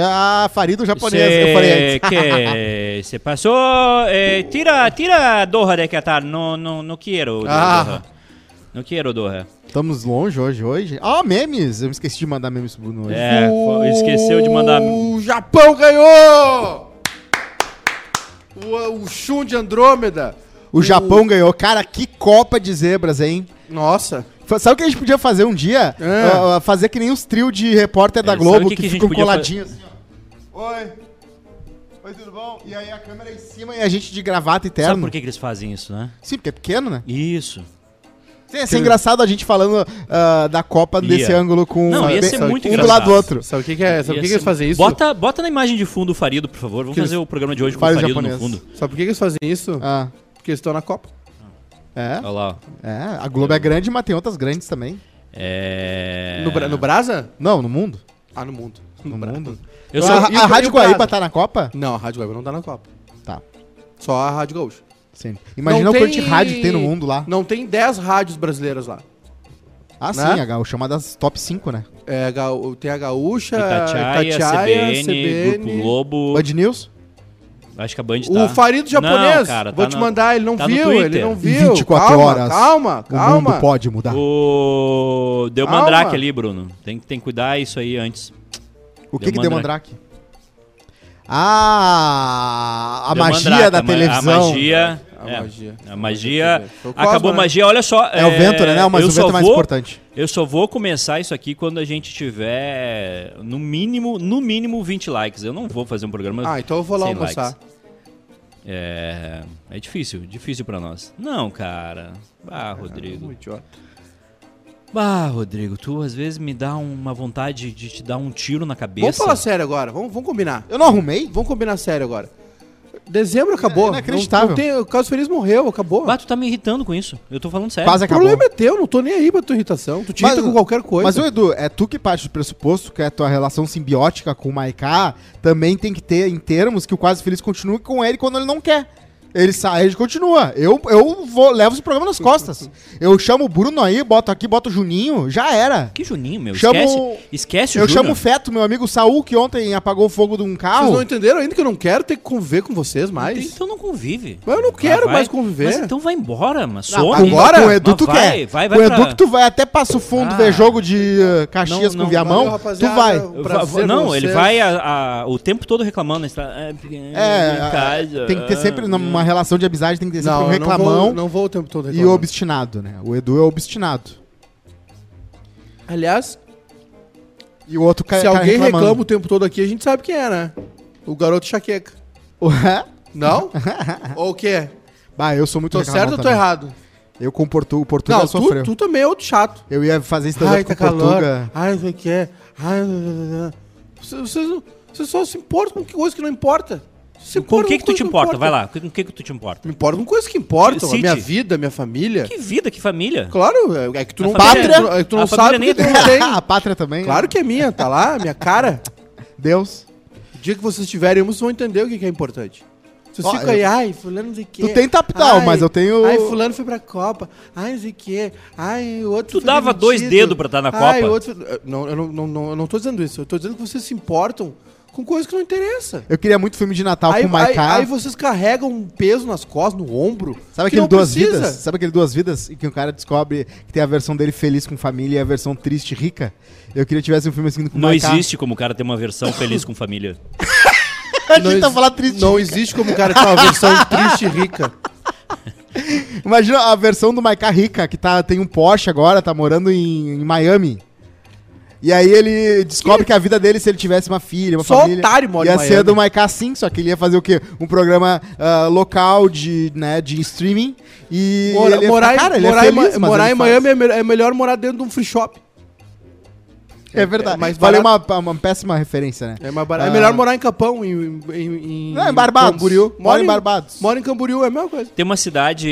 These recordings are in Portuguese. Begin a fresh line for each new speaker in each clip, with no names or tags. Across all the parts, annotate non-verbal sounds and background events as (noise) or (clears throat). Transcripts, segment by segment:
Ah, Farido japonês. Eu falei
Se
antes.
(laughs)
que é. se passou, eh, tira, tira a Doha de Qatar. Não, não, não quero
Ah.
Doha. Não quero Doha.
(laughs) Estamos longe hoje, hoje. Ah, memes. Eu me esqueci de mandar memes pro Bruno hoje.
É, fo- esqueceu de mandar.
O Japão ganhou! O, o Shun de Andrômeda.
O Japão ganhou. Cara, que Copa de Zebras, hein?
Nossa.
Fa- Sabe o que a gente podia fazer um dia?
Ah.
Ah, fazer que nem os trio de repórter da
É, sabe
Globo
o
que,
que que a gente
ficam
podia
coladinhos. assim, ó. Oi. Oi, tudo bom? E aí a câmera em cima e a gente de gravata e
É
Sabe
terno.
por que, que eles fazem isso, né?
Sim, porque é pequeno, né?
Isso.
Sim, ia ser engraçado a gente falando ah, da Copa
Ia.
desse ângulo com
Não, ia
bem-
ser muito
um do lado
engraçado.
do outro.
Sabe o que, que é?
Ia
Sabe por que, que
ser-
eles fazem isso?
Bota, bota na imagem de fundo o Farido, por favor. Vamos
Que
fazer o programa de hoje com o
Faz o
Farido no
japonês.
fundo.
Sabe por que, que eles fazem isso?
Ah,
Porque eles estão na Copa.
é,
Olha lá. ó.
é, a Globo é grande, mas tem outras grandes também.
É...
No, Bra- no Brasa?
Não, no mundo.
Ah, no mundo.
No
Bra-
mundo.
Eu
A-
sou...
Ah. e o-
a,
e o
Rádio
Prado?
Guaíba tá na Copa?
Não, a Rádio Gaúcha não tá na Copa.
Tá.
Só a Rádio Gaúcha.
Sim. Imagina
Não
o quanto de
tem-
rádio que tem no mundo lá.
Não tem 10 rádios brasileiras lá.
Ah, sim,
Né?
a Gaúcha é uma das top 5, né?
É, Gaú- tem a Gaúcha,
Itatiaia, CBN, Grupo Globo.
Band News?
Acho que a Band tá.
O Farido japonês,
Não, cara,
vou
tá
te
no-
mandar, ele não
tá no
viu, ele
Twitter.
não
Em
viu.
24
calma,
horas.
Calma,
O mundo
calma.
pode mudar. O,
O... Deu
Calma.
mandrake ali, Bruno. Tem, tem que cuidar isso aí antes.
que
deu
que deu Mandrake? Ah, a
Deu
magia
mandrake,
da
a ma-
televisão.
A magia...
A
é,
magia.
A magia...
Foi o Cosma,
Acabou a
né?
magia, olha só.
É, o vento, né? Não, mas
eu
o vento
só
é mais
vou-
importante.
Eu só vou começar isso aqui quando a gente tiver, no mínimo, no mínimo 20 likes. Eu não vou fazer um programa
Ah, então eu vou lá
sem
almoçar.
likes. É, é difícil, difícil pra nós. Não, cara. Ah, Rodrigo.
Um idiota.
Bah, Rodrigo, tu às vezes me dá uma vontade de te dar um tiro na
Vamos
cabeça.
falar sério agora, vamos, vamos combinar.
Eu não arrumei?
Vamos combinar sério agora. Dezembro acabou.
É inacreditável.
Não, não tem, o Carlos Feliz morreu, acabou.
Bah, tu tá me irritando com isso. Eu tô falando sério.
Quase
o
acabou.
problema é teu, não tô nem aí pra tua irritação. Tu te irrita com qualquer coisa.
Mas, ô Edu, é tu que parte do pressuposto que a tua relação simbiótica com o Maiká também tem que ter em termos que o quase feliz continue com ele quando ele não quer. Ele sai, ele continua. Eu, eu vou, levo esse programa nas costas. Eu chamo o Bruno aí, boto aqui, boto o Juninho, já era.
Que Juninho, meu.
Chamo-
Esquece, esquece o
Eu
Júnior.
chamo o Feto, meu amigo Saul, que ontem apagou o fogo de um
Vocês não
carro.
entenderam ainda que eu não quero ter que conviver com vocês mais.
Então não convive.
Mas eu não quero
vai.
mais conviver.
Mas então vai embora, mas
Não,
some.
agora com o
Mas
Edu tu
vai,
quer.
Vai, vai,
com o Edu
pra-
que tu vai até Passo Fundo
Ah.
ver jogo de eh, Caxias
Não, não,
com Viamão,
valeu,
tu vai.
rapaziada.
Eu
Prazer
fa- vou-
com
não,
vocês.
ele vai a- a- o tempo todo reclamando. está- É, porque- em
É,
casa,
tem que ter
ah,
sempre, numa relação de amizade, tem que ter sempre
Não,
um
eu não vou,
reclamão.
não vou o tempo todo
E
reclamando.
obstinado, né? O Edu é obstinado.
Aliás,
E o outro cara
se alguém
(laughs)
reclama o tempo todo aqui, a gente sabe quem é, né? O garoto chaqueca.
reclama... (laughs)
Não? Ou o quê?
bah, eu sou muito
Tô certo ou tô
também.
errado?
Eu com o Portu... o Portuga
Não, tu,
sofreu.
tu também é outro chato.
Eu ia fazer stand-up
Ai,
com
tá
o Portuga.
calor. Ai, o que é? Ai, blá, blá, blá. vocês, vocês não- vocês só se importam com coisa que não importa. Se
Com o
importam
que, que tu
coisa
te
não
importa? Vai lá, com o que, que tu te importa?
Me importa com coisas que importam. A
Cite.
minha vida, a minha família.
Que vida, que família.
Claro, é é que tu
A
não
família-
tu- é que tu não
a
sabe
família
porque tu não tem.
(laughs) a pátria
(laughs)
também.
Claro que é minha, tá lá, minha cara.
Deus.
O dia que vocês tiverem um, vocês vão entender o que que é importante. Vocês
Ó,
ficam aí, ai, fulano não sei o quê.
Tu tem capital,
Ai,
mas eu tenho-
Ai, fulano foi pra Copa. Ai, não sei o quê. Ai, o outro
Tu
foi
dava dois
demitido.
dedos pra tá na
Ai,
Copa.
o outro... Eu Não, eu não, não, não, eu não tô dizendo isso. Eu tô dizendo que vocês se importam com coisas que não interessam.
Eu queria muito filme de Natal
Aí,
com o
aí,
Maiká.
aí vocês carregam um peso nas costas, no ombro.
Sabe
que
aquele
não
Duas
precisa.
Vidas? Sabe aquele Duas Vidas? Em que o cara descobre que tem a versão dele feliz com família e a versão triste e rica? Eu queria que tivesse um filme assim com o
Não
Maiká.
existe como o cara ter uma versão feliz com família.
(laughs) A gente
Não
tá
ex-
falando triste.
Não existe como um cara ter uma versão triste e (laughs) rica.
Imagina a versão do Maiká Rica, que tá, tem um Porsche agora, tá morando em, em Miami. E aí ele descobre que? a vida dele, se ele tivesse uma filha, uma
Só
família...
otário mora
Ia
em
ser
Miami.
do Maiká sim, só que ele ia fazer o quê? Um programa ah, local de, né, de streaming. E
Mora-
ele ia
morar em-
ficar- cara, ele é
morar em
feliz,
Ma-
mas
morar
ele
em
faz.
Miami é melhor- é melhor morar dentro de um free shop.
É verdade.
é mais
Valeu uma, uma péssima referência, né?
É, mais barato.
Ah.
é melhor morar em Capão, em, em, em
Não, é em Barbados.
Camboriú.
Mora em Barbados.
Mora em Camboriú, é a mesma coisa.
Tem uma cidade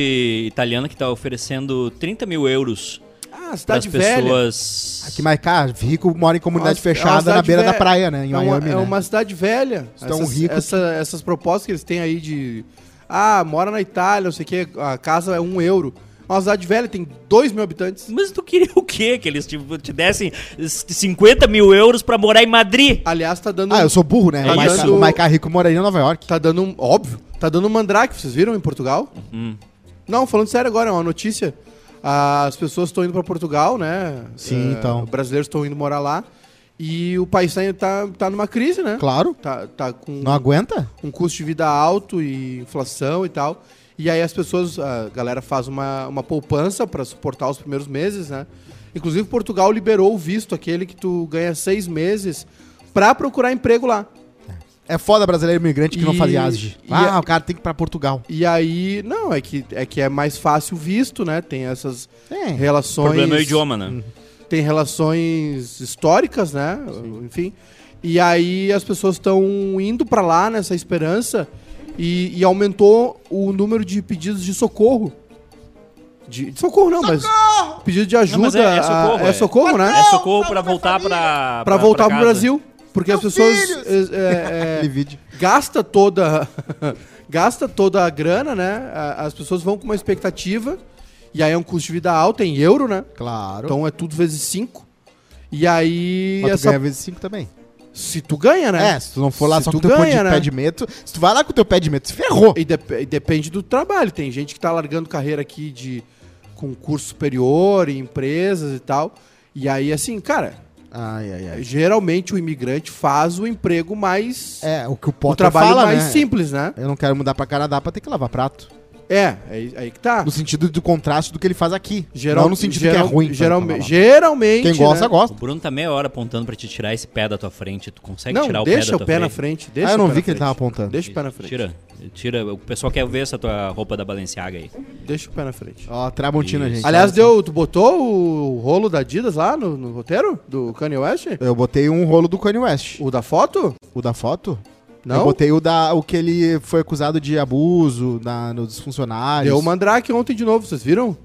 italiana que tá oferecendo 30 mil euros
Ah,
pras
Tá
cidade velha.
pessoas.
Aqui Maiká, rico, mora em comunidade
Nossa, é uma
fechada na
cidade
beira da
velha.
praia, né? Em
é uma,
Miami,
é
né?
uma cidade velha.
Estão
essas,
ricos.
essa- essas propostas que eles têm aí de... Ah, mora na Itália, não sei o quê, a casa é um euro. uma cidade velha, tem 2 mil habitantes.
Mas tu queria o quê? Que eles te, te dessem 50 mil euros pra morar em Madrid?
Aliás, tá dando.
Ah, eu sou burro, né?
É
o, Maica,
isso.
o Maica Rico moraria em Nova York.
Tá dando um. Óbvio. Tá dando um mandrake, vocês viram em Portugal? Não, falando sério agora, é uma notícia. As pessoas estão indo pra Portugal, né?
Sim,
Eh,
então.
Brasileiros estão indo morar lá. E o país tá, tá, tá numa crise, né?
Claro.
Tá, tá com
Não aguenta?
um custo de vida alto e inflação e tal. E aí as pessoas, a galera faz uma, uma poupança para suportar os primeiros meses, né? Inclusive Portugal liberou o visto, aquele que tu ganha seis meses para procurar emprego lá.
É foda brasileiro imigrante que não
E-
faz IASG.
e
Ah,
a-
o cara tem que ir pra Portugal.
E aí, não, é que é, que é mais fácil o visto, né? Tem essas
É.
O
relações...
problema é o idioma,
Uhum.
né?
Tem relações históricas, né? Enfim. E aí as pessoas estão indo para lá nessa esperança e, e aumentou o número de pedidos de socorro. De, de socorro não, mas pedido de ajuda
Não, mas é- é socorro,
a- é
é.
socorro, né?
É socorro pra voltar pra.
Pra voltar pro
casa.
Brasil, porque as pessoas
(laughs)
é, é,
Livide.
gasta toda (laughs) gasta toda a grana, né? A- As pessoas vão com uma expectativa e aí é um custo de vida alto em euro, né?
Claro.
Então é tudo vezes 5. E aí.
Mas tu
essa-
ganha vezes 5 também.
Se tu ganha, né?
É, se tu não for lá
Se
só com
tu
teu pé de-
ganha, né?
pé de medo, se tu vai lá com teu pé de medo, se ferrou.
E, dep- e depende do trabalho. Tem gente que tá largando carreira aqui de com curso superior e empresas e tal. E aí, assim, cara,
Ai, ai, ai.
geralmente o imigrante faz o emprego mais.
É, o que o
o
Potter
trabalho
fala,
mais
né?
simples, né?
Eu não quero mudar pra Canadá pra ter que lavar prato.
É, aí, aí que tá.
No sentido do contraste do que ele faz aqui.
Geral-
não no sentido
geral-
que é ruim.
geral-
quando tá lá.
geralmente.
Quem gosta,
né?
O
gosta.
Bruno tá meia hora apontando pra te tirar esse pé da tua frente. Tu consegue
Não,
tirar o pé da
deixa
tua
o pé na
frente?
frente. Deixa
Ah, eu
o
não
pé
vi
na
que ele
frente.
tava apontando.
Deixa o pé na frente.
Tira, tira. O pessoal quer ver essa tua roupa da Balenciaga aí.
Deixa o pé na frente.
Ó, Tramontina,
Isso.
gente.
Aliás,
Olha
deu, tu botou o rolo da Adidas lá no, no roteiro do Kanye West?
só. Eu botei um rolo do Kanye West.
O da foto?
O da foto? Eu
Não.
botei o, da, o que ele foi acusado de abuso na, nos funcionários.
Deu o Mandrake ontem de novo, vocês viram?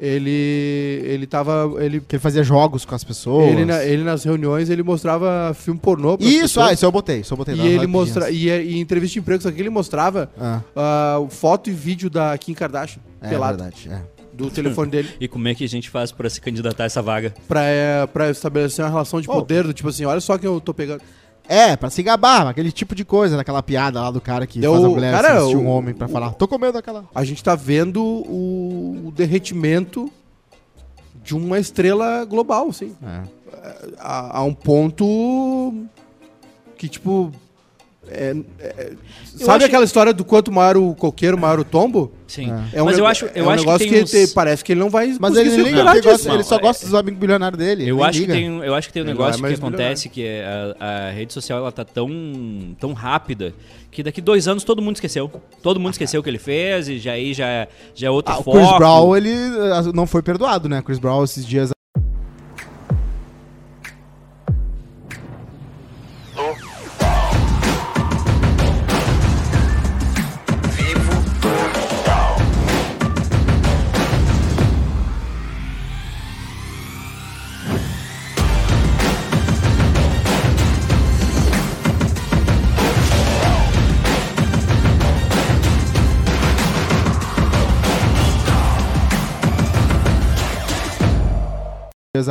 Ele ele tava ele
Que ele fazia jogos com as pessoas.
ele, na- ele nas reuniões ele mostrava filme pornô pras
Isso,
pessoas.
ah, isso eu botei. Isso eu botei.
E
Não,
ele
rapidinho.
mostra e, é, e em entrevista de emprego só que ele mostrava
Ah,
ah, foto e vídeo da Kim Kardashian
é
pelada
verdade. é.
do telefone dele
E como é que a gente faz pra se candidatar a essa vaga?
pra, eh, pra estabelecer uma relação de
Oh.
poder do tipo assim, olha só que eu tô pegando.
É, pra se gabar, aquele tipo de coisa, daquela piada lá do cara que
Deu-
faz a mulher
cara,
assistir um
o-
homem pra falar, tô comendo aquela.
A gente tá vendo o, o derretimento de uma estrela global, assim.
É.
a, a um ponto que, tipo. é- é- sabe
acho-
aquela história do quanto maior o coqueiro, maior o tombo?
Sim.
É
Mas
neg-
eu acho,
é
eu acho
negócio
que tem uns...
ele te- parece que ele não vai
Mas
conseguir
ele,
se
nem-
liberar
ele
disso.
gosta- ele só
Não,
gosta dos amigos bilionários dele.
Eu
nem
acho, que
liga.
tem, um- eu acho que tem um
Ele não é
negócio que
mais
acontece que é a, a rede social ela tá tão, tão rápida que daqui dois anos todo mundo esqueceu.
Ah,
Todo mundo esqueceu o que ele fez e já aí já, é- já é outro
Ah, o
foco.
Chris Brown, ele ah, não foi perdoado, né? Chris Brown esses dias.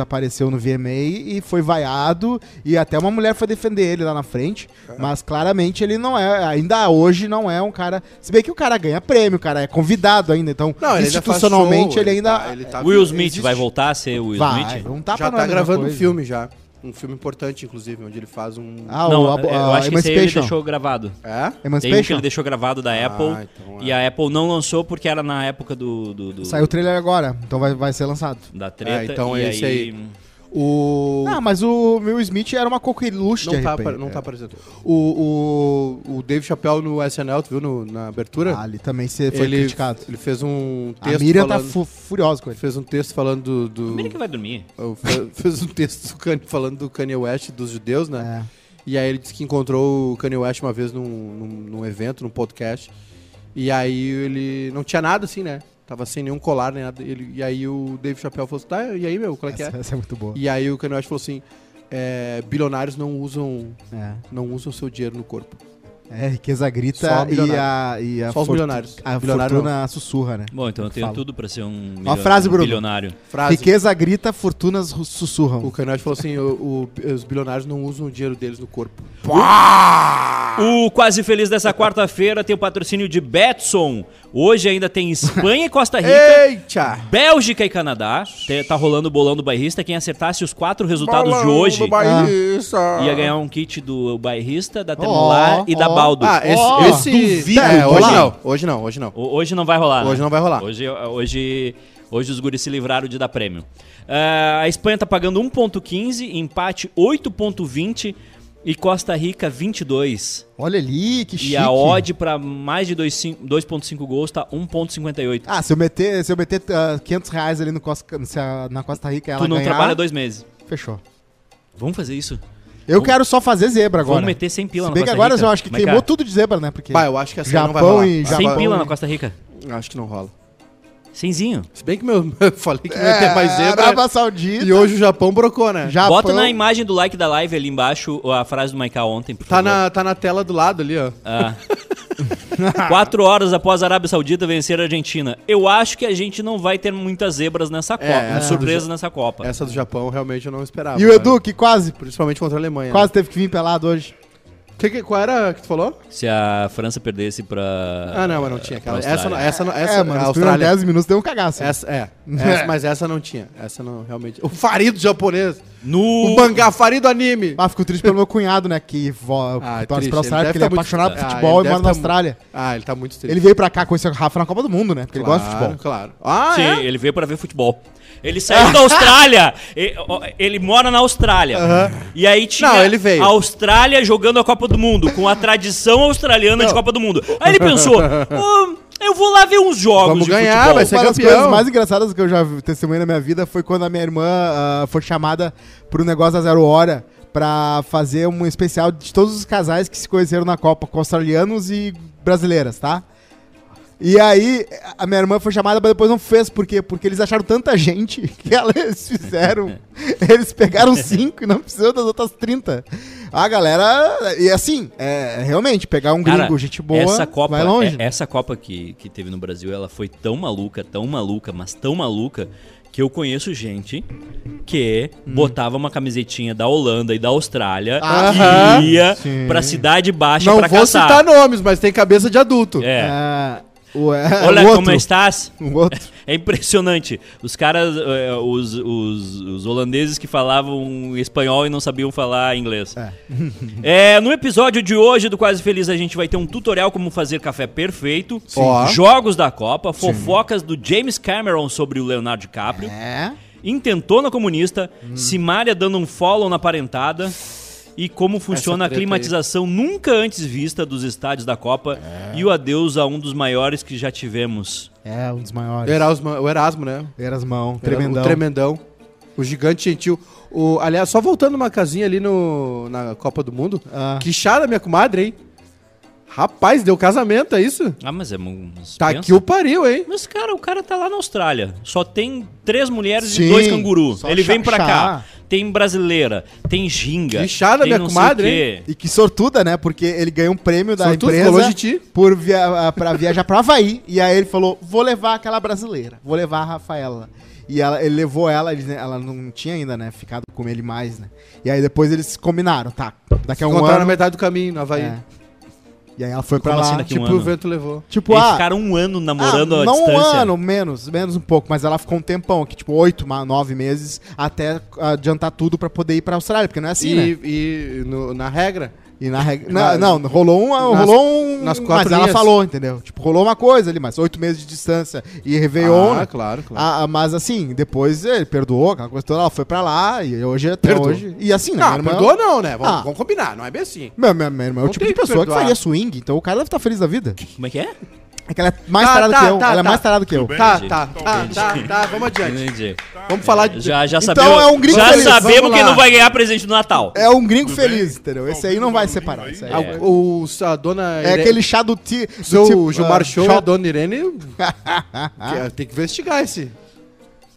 apareceu no VMA e foi vaiado e até uma mulher foi defender ele lá na frente,
É.
mas claramente ele não é, ainda hoje não é um cara, se bem que o cara ganha prêmio, o cara é convidado ainda, então
Não, ele ainda faz
institucionalmente
show,
ele ainda
tá- ele tá-
Will Smith
existe.
vai voltar a ser Will
vai,
Smith?
não tá
Já tá gravando um filme já. Um filme importante, inclusive, onde ele faz um.
Ah,
não, é,
o, a,
eu
a
acho que esse aí ele
Emancipation.
deixou gravado.
É?
Tem um que
Emancipation.
ele deixou gravado da Apple
então é.
e a Apple não lançou porque era na época do, do, do-
Saiu o trailer agora, então vai, vai ser lançado.
da treta.
É, então
e
é esse aí.
aí
O.
Ah, mas o Will Smith era uma coqueluche de
Não tá,
repente. É.
apare- não tá aparecendo. O, o, o Dave Chappelle no SNL, tu viu no- na abertura?
Ah, ali também se foi
ele,
criticado.
ele fez um
A
texto.
Miriam tá
falando...
fu- furiosa com
Ele
ele.
fez um texto falando do.
Primeiro que vai dormir.
Eu fe- (laughs) Fez um texto do Kanye- falando do Kanye West, dos judeus, né?
É.
E aí ele disse que encontrou o Kanye West uma vez num, num, num evento, num podcast. E aí ele não tinha nada assim, né? Tava sem nenhum colar, nem nada. Ele, e aí o Dave Chappelle falou assim: tá, e aí, meu, qual é que é?
Essa, essa é muito boa.
E aí o Kanye West falou assim: é, bilionários não usam,
É.
não usam seu dinheiro no corpo.
É, riqueza grita
Só
e
bilionário.
a, e a
Só os
fortu-
bilionários.
A
Bilionário
fortuna sussurra, né?
Bom, então eu tenho
Fala.
tudo pra ser um
Uma frase,
um
Bruno.
bilionário.
Frase.
Riqueza grita, fortunas ru- sussurram.
O Canhote falou assim: o- o- os bilionários não usam o dinheiro deles no corpo. Ah.
O Quase Feliz dessa quarta-feira tem o patrocínio de Betson. Hoje ainda tem Espanha e Costa
(laughs)
Rica.
Eita!
Bélgica e Canadá. Te- Tá rolando o bolão do bairrista. Quem acertasse os quatro resultados de hoje ia ganhar um kit do bairrista, da Tremular e da
ó.
Baldo.
Ah, esse.
Ó,
esse
duvido,
é, hoje
rolar.
não, hoje não, hoje não.
Ho- Hoje não vai rolar. né?
Hoje não vai rolar.
Hoje, hoje, hoje os guris se livraram de dar prêmio. Ah, a Espanha tá pagando 1.15, empate 8.20 e Costa Rica 22.
Olha ali, que chique.
E a odd pra mais de 2,5 2.5 gols tá 1.58.
Ah, se eu meter, se eu meter ah, 500 reais ali no Costa, se a- na Costa Rica ela
tu não
ganhar,
trabalha dois meses.
fechou.
Vamos fazer isso?
Eu quero só fazer zebra agora.
Vamos meter 100 pila
Se
na
bem
Costa
que agora
Rica.
eu acho que
Como é
queimou
é?
tudo de zebra, né? Porque
Bah, eu acho que essa aí não vai
Japão
rolar.
e Japão.
100
Sem
pila na Costa Rica.
Acho que não rola.
100zinho.
Se bem que meu, (laughs) eu falei que não ia ter mais zebra.
Arábia É, Saudita,
E hoje o Japão brocou, né?
Japão.
Bota na imagem do like da live ali embaixo a frase do Maiká ontem, por
Tá
favor.
na, tá na tela do lado ali, ó.
Ah. Quatro horas após a Arábia Saudita vencer a Argentina. Eu acho que a gente não vai ter muitas zebras nessa Copa,
essa
muitas
do
surpresas
Ja-
nessa Copa.
Essa do Japão realmente eu não esperava.
E o
né?
Edu, que quase,
Principalmente contra a Alemanha.
quase teve que vir pelado hoje.
né? Que, que- qual era que tu falou?
Se a França perdesse pra.
Ah, não, mas não tinha aquela.
pra Austrália.
Essa, não- essa, não- essa
é, mano,
a
os primeiros
Austrália.
10 minutos deu um cagaço. né?
Essa,
(laughs)
é, Essa- mas essa não tinha. Essa não realmente. O Farido japonês.
No.
O mangá Farido anime.
Ah, fico triste pelo meu cunhado, né? Que vo...
Ah,
torce
é triste,
pra Austrália, porque
ele deve
ele é
tá muito-
apaixonado por
Ah,
futebol
ele
e
deve
mora na
tá mu-
Austrália.
Ah, ele tá muito triste.
Ele veio pra cá conhecer o Rafa na Copa do Mundo, né? Porque ele
Claro,
gosta de futebol.
Claro. Ah,
Sim,
é?
ele veio pra ver futebol. Ele
(laughs)
saiu da Austrália. E- ó, Ele, mora na Austrália. E aí tinha
Não, ele veio.
a Austrália jogando a Copa do Mundo, com a tradição australiana de Copa do Mundo. Aí ele
(laughs)
pensou: "Hum, eu vou lá ver uns jogos.
Vamos
de
ganhar,
futebol."
vai ser
Uma das
campeão.
coisas mais engraçadas que eu já vi- testemunhei na minha vida foi quando a minha irmã ah, foi chamada pro negócio da Zero Hora pra fazer um especial de todos os casais que se conheceram na Copa, com australianos e brasileiras, tá? E aí, a minha irmã foi chamada, mas depois não fez, por quê? Porque eles acharam tanta gente (laughs) que eles
(laughs)
fizeram. eles pegaram cinco e não precisou das outras 30. A galera. E assim, é, realmente, pegar um gringo,
Cara,
gente boa,
essa Copa,
vai longe.
é- Essa Copa que, que teve no Brasil, ela foi tão maluca, tão maluca, mas tão maluca, que eu conheço gente que
Hum.
botava uma camisetinha da Holanda e da Austrália
Aham.
e ia
Sim.
pra Cidade Baixa
Não
pra
vou
caçar.
citar nomes, mas tem cabeça de adulto.
É.
Ah, o, é,
Olha
o outro,
como estás.
o outro.
(laughs) É impressionante. Os caras, eh, os, os, os holandeses que falavam espanhol e não sabiam falar inglês. (laughs) É, no episódio de hoje do Quase Feliz, a gente vai ter um tutorial como fazer café perfeito,
Ó.
jogos da Copa, fofocas do James Cameron sobre o Leonardo DiCaprio,
É.
intentona comunista,
Hum.
Simária dando um follow na parentada e como funciona a
treta aí.
climatização nunca antes vista dos estádios da Copa e o adeus a um dos maiores que já tivemos.
É, um dos maiores.
O Erasmo, o Erasmo, né?
Erasmão, tremendão.
O tremendão. O gigante gentil. O, aliás, só voltando uma casinha ali no, na Copa do Mundo.
Ah.
Que chara, minha comadre, hein? Rapaz, deu casamento, é isso?
Ah, mas é. mu- mas
Tá
pensa-
que o pariu, hein?
Mas, cara, o cara tá lá na Austrália. Só tem três mulheres e
Sim,
dois cangurus.
só
Ele
chá-
vem pra
chá.
cá. Tem brasileira, tem ginga.
Que chá da
tem
minha
não sei
comadre,
o quê.
E que sortuda, né? Porque ele ganhou um prêmio da
Sortudo, falou
empresa
de ti.
por via pra viajar pra Havaí. E aí ele falou: vou levar aquela brasileira, vou levar a Rafaela. E ela- ele levou ela, eles, né, ela não tinha ainda, né? Ficado com ele mais, né? E aí depois eles combinaram, tá? Daqui a um
Encontraram na
ano.
metade do caminho, no Havaí.
É. E aí ela foi pra
Como
lá.
assim daqui a um
Tipo,
ano?
o vento levou.
Tipo,
Eles
ah,
ficaram um ano namorando
ah,
à
não
distância.
um ano, menos, menos um pouco, mas ela ficou um tempão, que tipo oito, ma- nove meses, até adiantar tudo pra poder ir pra Austrália, porque não é assim,
e
né?
e no- na regra,
E na regra.
Na-
Não, não, rolou um.
nas-
rolou um
nas quatro
mas ela
linhas.
falou, entendeu? Tipo, rolou uma coisa ali, mas oito meses de distância e Réveillon.
Ah,
né?
claro, claro.
Ah, ah, mas assim, depois ele perdoou, aquela coisa toda, ela foi pra lá e hoje até
Perdoou.
hoje. E assim, né?
não,
minha irmã-
perdoa não, né? Vamos,
Ah.
vamos combinar, não é bem assim.
Meu, meu, meu irmão é o
Não
tipo de
tem que
pessoa que,
perdoar.
faria swing, então o cara deve estar feliz da vida.
Como é que é?
É que ela é mais
Tá,
tarada
tá,
que eu.
tá,
ela é
tá.
mais tarada que eu.
Tá,
Entendi.
tá, tá, tá,
Entendi.
tá, vamos adiante.
Entendi.
Vamos falar de...
Já, já
Então
sabemos.
é um gringo
já
feliz,
sabemos
vamos
quem
lá.
não vai ganhar presente do Natal.
É um gringo feliz, entendeu?
um
Esse aí não vai separar. esse aí-
Ah,
É.
O, a dona...
É
Ire-
aquele chá do ti. do
Seu
tipo,
Gilmar
ah,
Show e a
(laughs)
dona Irene...
Ah,
Que- Tem que investigar esse.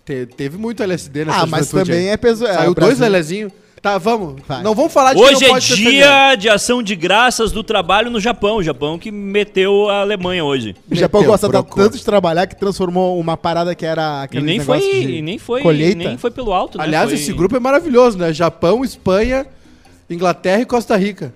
Te- teve muito LSD nessa
Ah, mas
juventude
também
aí.
é peso. é,
Saiu
o
dois
Brasil-
LSzinhos. Tá, vamos.
Vai.
Não vamos falar de
Hoje
quem não
é
pode se defender.
dia de ação de graças do trabalho no Japão. O Japão que meteu a Alemanha hoje.
O Japão
Meteu,
gosta da-
brocou.
tanto de trabalhar que transformou uma parada que era
E
aquele
nem, foi,
negócio de
e nem foi.
colheita.
Nem foi pelo alto, né?
Aliás,
Foi-
esse grupo é maravilhoso, né? Japão, Espanha, Inglaterra e Costa Rica.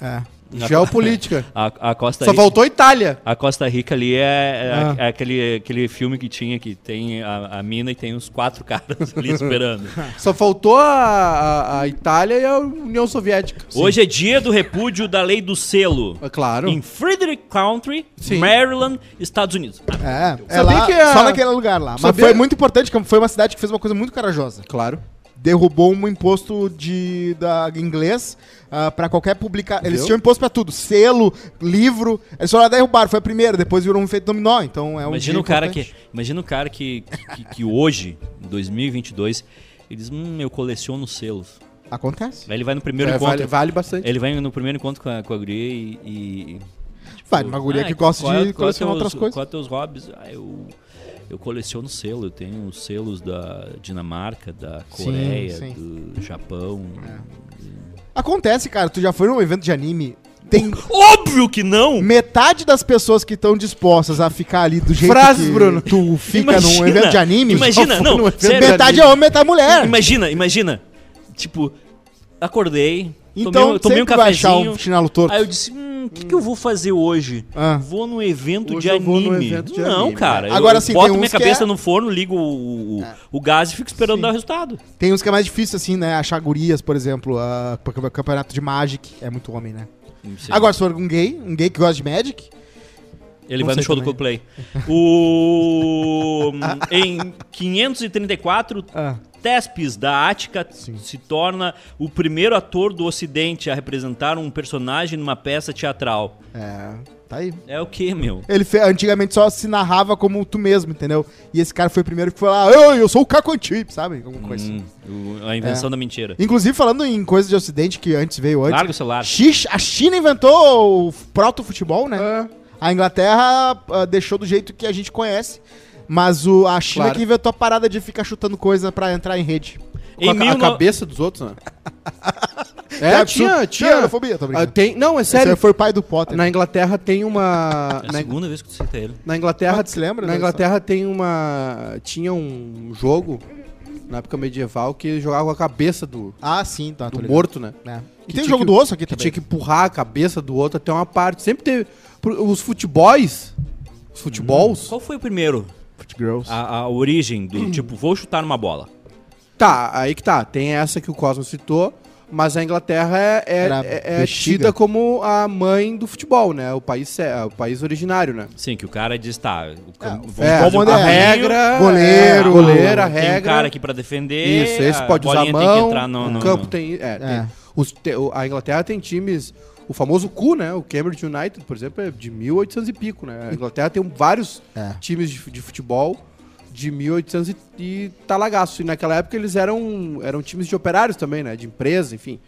É.
(laughs)
Geopolítica.
A, a Costa
Só
Rica.
faltou Itália.
A Costa Rica ali é, é
Ah.
a- é aquele, aquele filme que tinha que tem a, a mina e tem uns quatro (laughs) caras ali
(laughs)
esperando.
Só faltou a, a- a Itália e a União Soviética.
Hoje é dia do repúdio da lei do selo.
É claro.
Em Frederick County,
Sim.
Maryland, Estados Unidos.
É, é
Sabia
lá,
que a-
só naquele lugar lá. Mas
Sabia-
foi muito importante, que foi uma cidade que fez uma coisa muito corajosa.
Claro.
Derrubou um imposto de da inglês ah, pra qualquer publicar. Eles
Viu?
tinham imposto pra tudo, selo, livro. Eles só lá derrubaram, foi a primeira, depois virou um efeito dominó. Então é um
imagina
dia
o cara que,
importante.
imagina o cara que, que, que hoje, em 2022, ele diz, hum, eu coleciono selos.
Acontece.
Aí ele vai no primeiro
É,
encontro.
vale, vale bastante.
Ele vai no primeiro encontro com a, com a guria e... e tipo,
Vai, uma guria que gosta
qual é-
de
qual é
colecionar
teus-
outras coisas.
Qual é teus hobbies? Ah, eu, eu coleciono selo. Eu tenho os selos da Dinamarca, da
Sim,
Coreia,
sim. É.
do Japão.
Acontece, cara, tu já foi num evento de anime. Tem
Óbvio que não!
metade das pessoas que estão dispostas a ficar ali do jeito
Frases,
que
Bruno.
tu fica num evento de anime.
Imagina,
só
não,
foi num evento-
sério.
metade é homem, metade é mulher.
Imagina, imagina. Tipo, acordei, tomei,
Então,
um- tomei um
sempre vai achar
cafezinho.
um chinelo torto.
Aí eu disse, hum, o que, que eu vou fazer hoje?
Ah.
Vou num evento
Hoje
de
eu vou
anime.
num evento de
não,
anime,
cara.
é. Agora
eu
sim,
boto
tem
minha
uns que
cabeça
é-
no forno, ligo o, o, o gás e fico esperando dar o resultado.
Tem uns que é mais difícil, assim, né? Achar gurias, por exemplo. ah, porque o campeonato de Magic é muito homem, né? Agora, se for um gay, um gay que gosta de Magic,
Ele
não
vai no
sei
show
(laughs)
do Coldplay. O... em 534,
Ah.
Tespes da Ática se torna o primeiro ator do Ocidente a representar um personagem numa peça teatral.
é. Tá aí.
É o que, meu?
Ele fe- antigamente só se narrava como tu mesmo, entendeu? E esse cara foi o primeiro que foi lá, Ei, eu sou o Caco Antip, sabe? Alguma coisa. assim.
Hum, o- a
É.
invenção da mentira.
Inclusive, falando em coisas de ocidente que antes veio antes.
Larga o celular.
Xix- a China inventou o proto-futebol, né?
É.
A Inglaterra ah, deixou do jeito que a gente conhece. Mas o, a China
Claro.
que inventou a parada de ficar chutando coisa pra entrar em rede.
Com
Em
a, ca- a
mil no-
cabeça dos outros, né?
(laughs)
é,
absurdo.
tinha,
Tem
tinha.
homofobia, Tá, tô
Ah,
brincando.
tem, não, é
Esse aí
sério.
foi o pai do Potter.
Na Inglaterra tem uma.
É a
Na,
segunda vez que tu cita ele.
na Inglaterra.
Ah, tu se lembra,
na
né,
Inglaterra tem uma. Tinha um jogo na época medieval que jogava com a cabeça do,
Ah, sim, tá. tô
do
ligado.
morto, né?
É. E
Que
tem
tinha
o jogo
que-
do osso aqui
Que
também.
tinha que empurrar a cabeça do outro até uma parte. Sempre teve. pro- Os futebols. Os futebols.
Qual foi o primeiro?
Girls.
A, a origem
(clears throat)
do tipo, vou chutar numa bola.
Tá, aí que tá. Tem essa que o Cosmo citou, mas a Inglaterra é, é-
Era
é- é
bexiga.
tida como a mãe do futebol, né? O país, cé- é, o país originário, né?
Sim, que o cara diz, tá, o cam- vamos
É,
fazer um
como
a
é?
caminho,
regra.
Goleiro.
é, goleiro, a
Tem um
regra.
cara aqui pra defender.
Isso, esse pode usar a
bolinha
mão.
Tem que entrar no,
o
no-
campo
no-
tem. É, tem-
É.
os te- o- a Inglaterra tem times. O famoso cu, né? O Cambridge United, por exemplo, é de 1800 e pico, né? A Inglaterra tem vários
É.
times de, fu- de futebol de 1800 e, e talagaço. E naquela época eles eram, eram times de operários também, né? De empresa, enfim.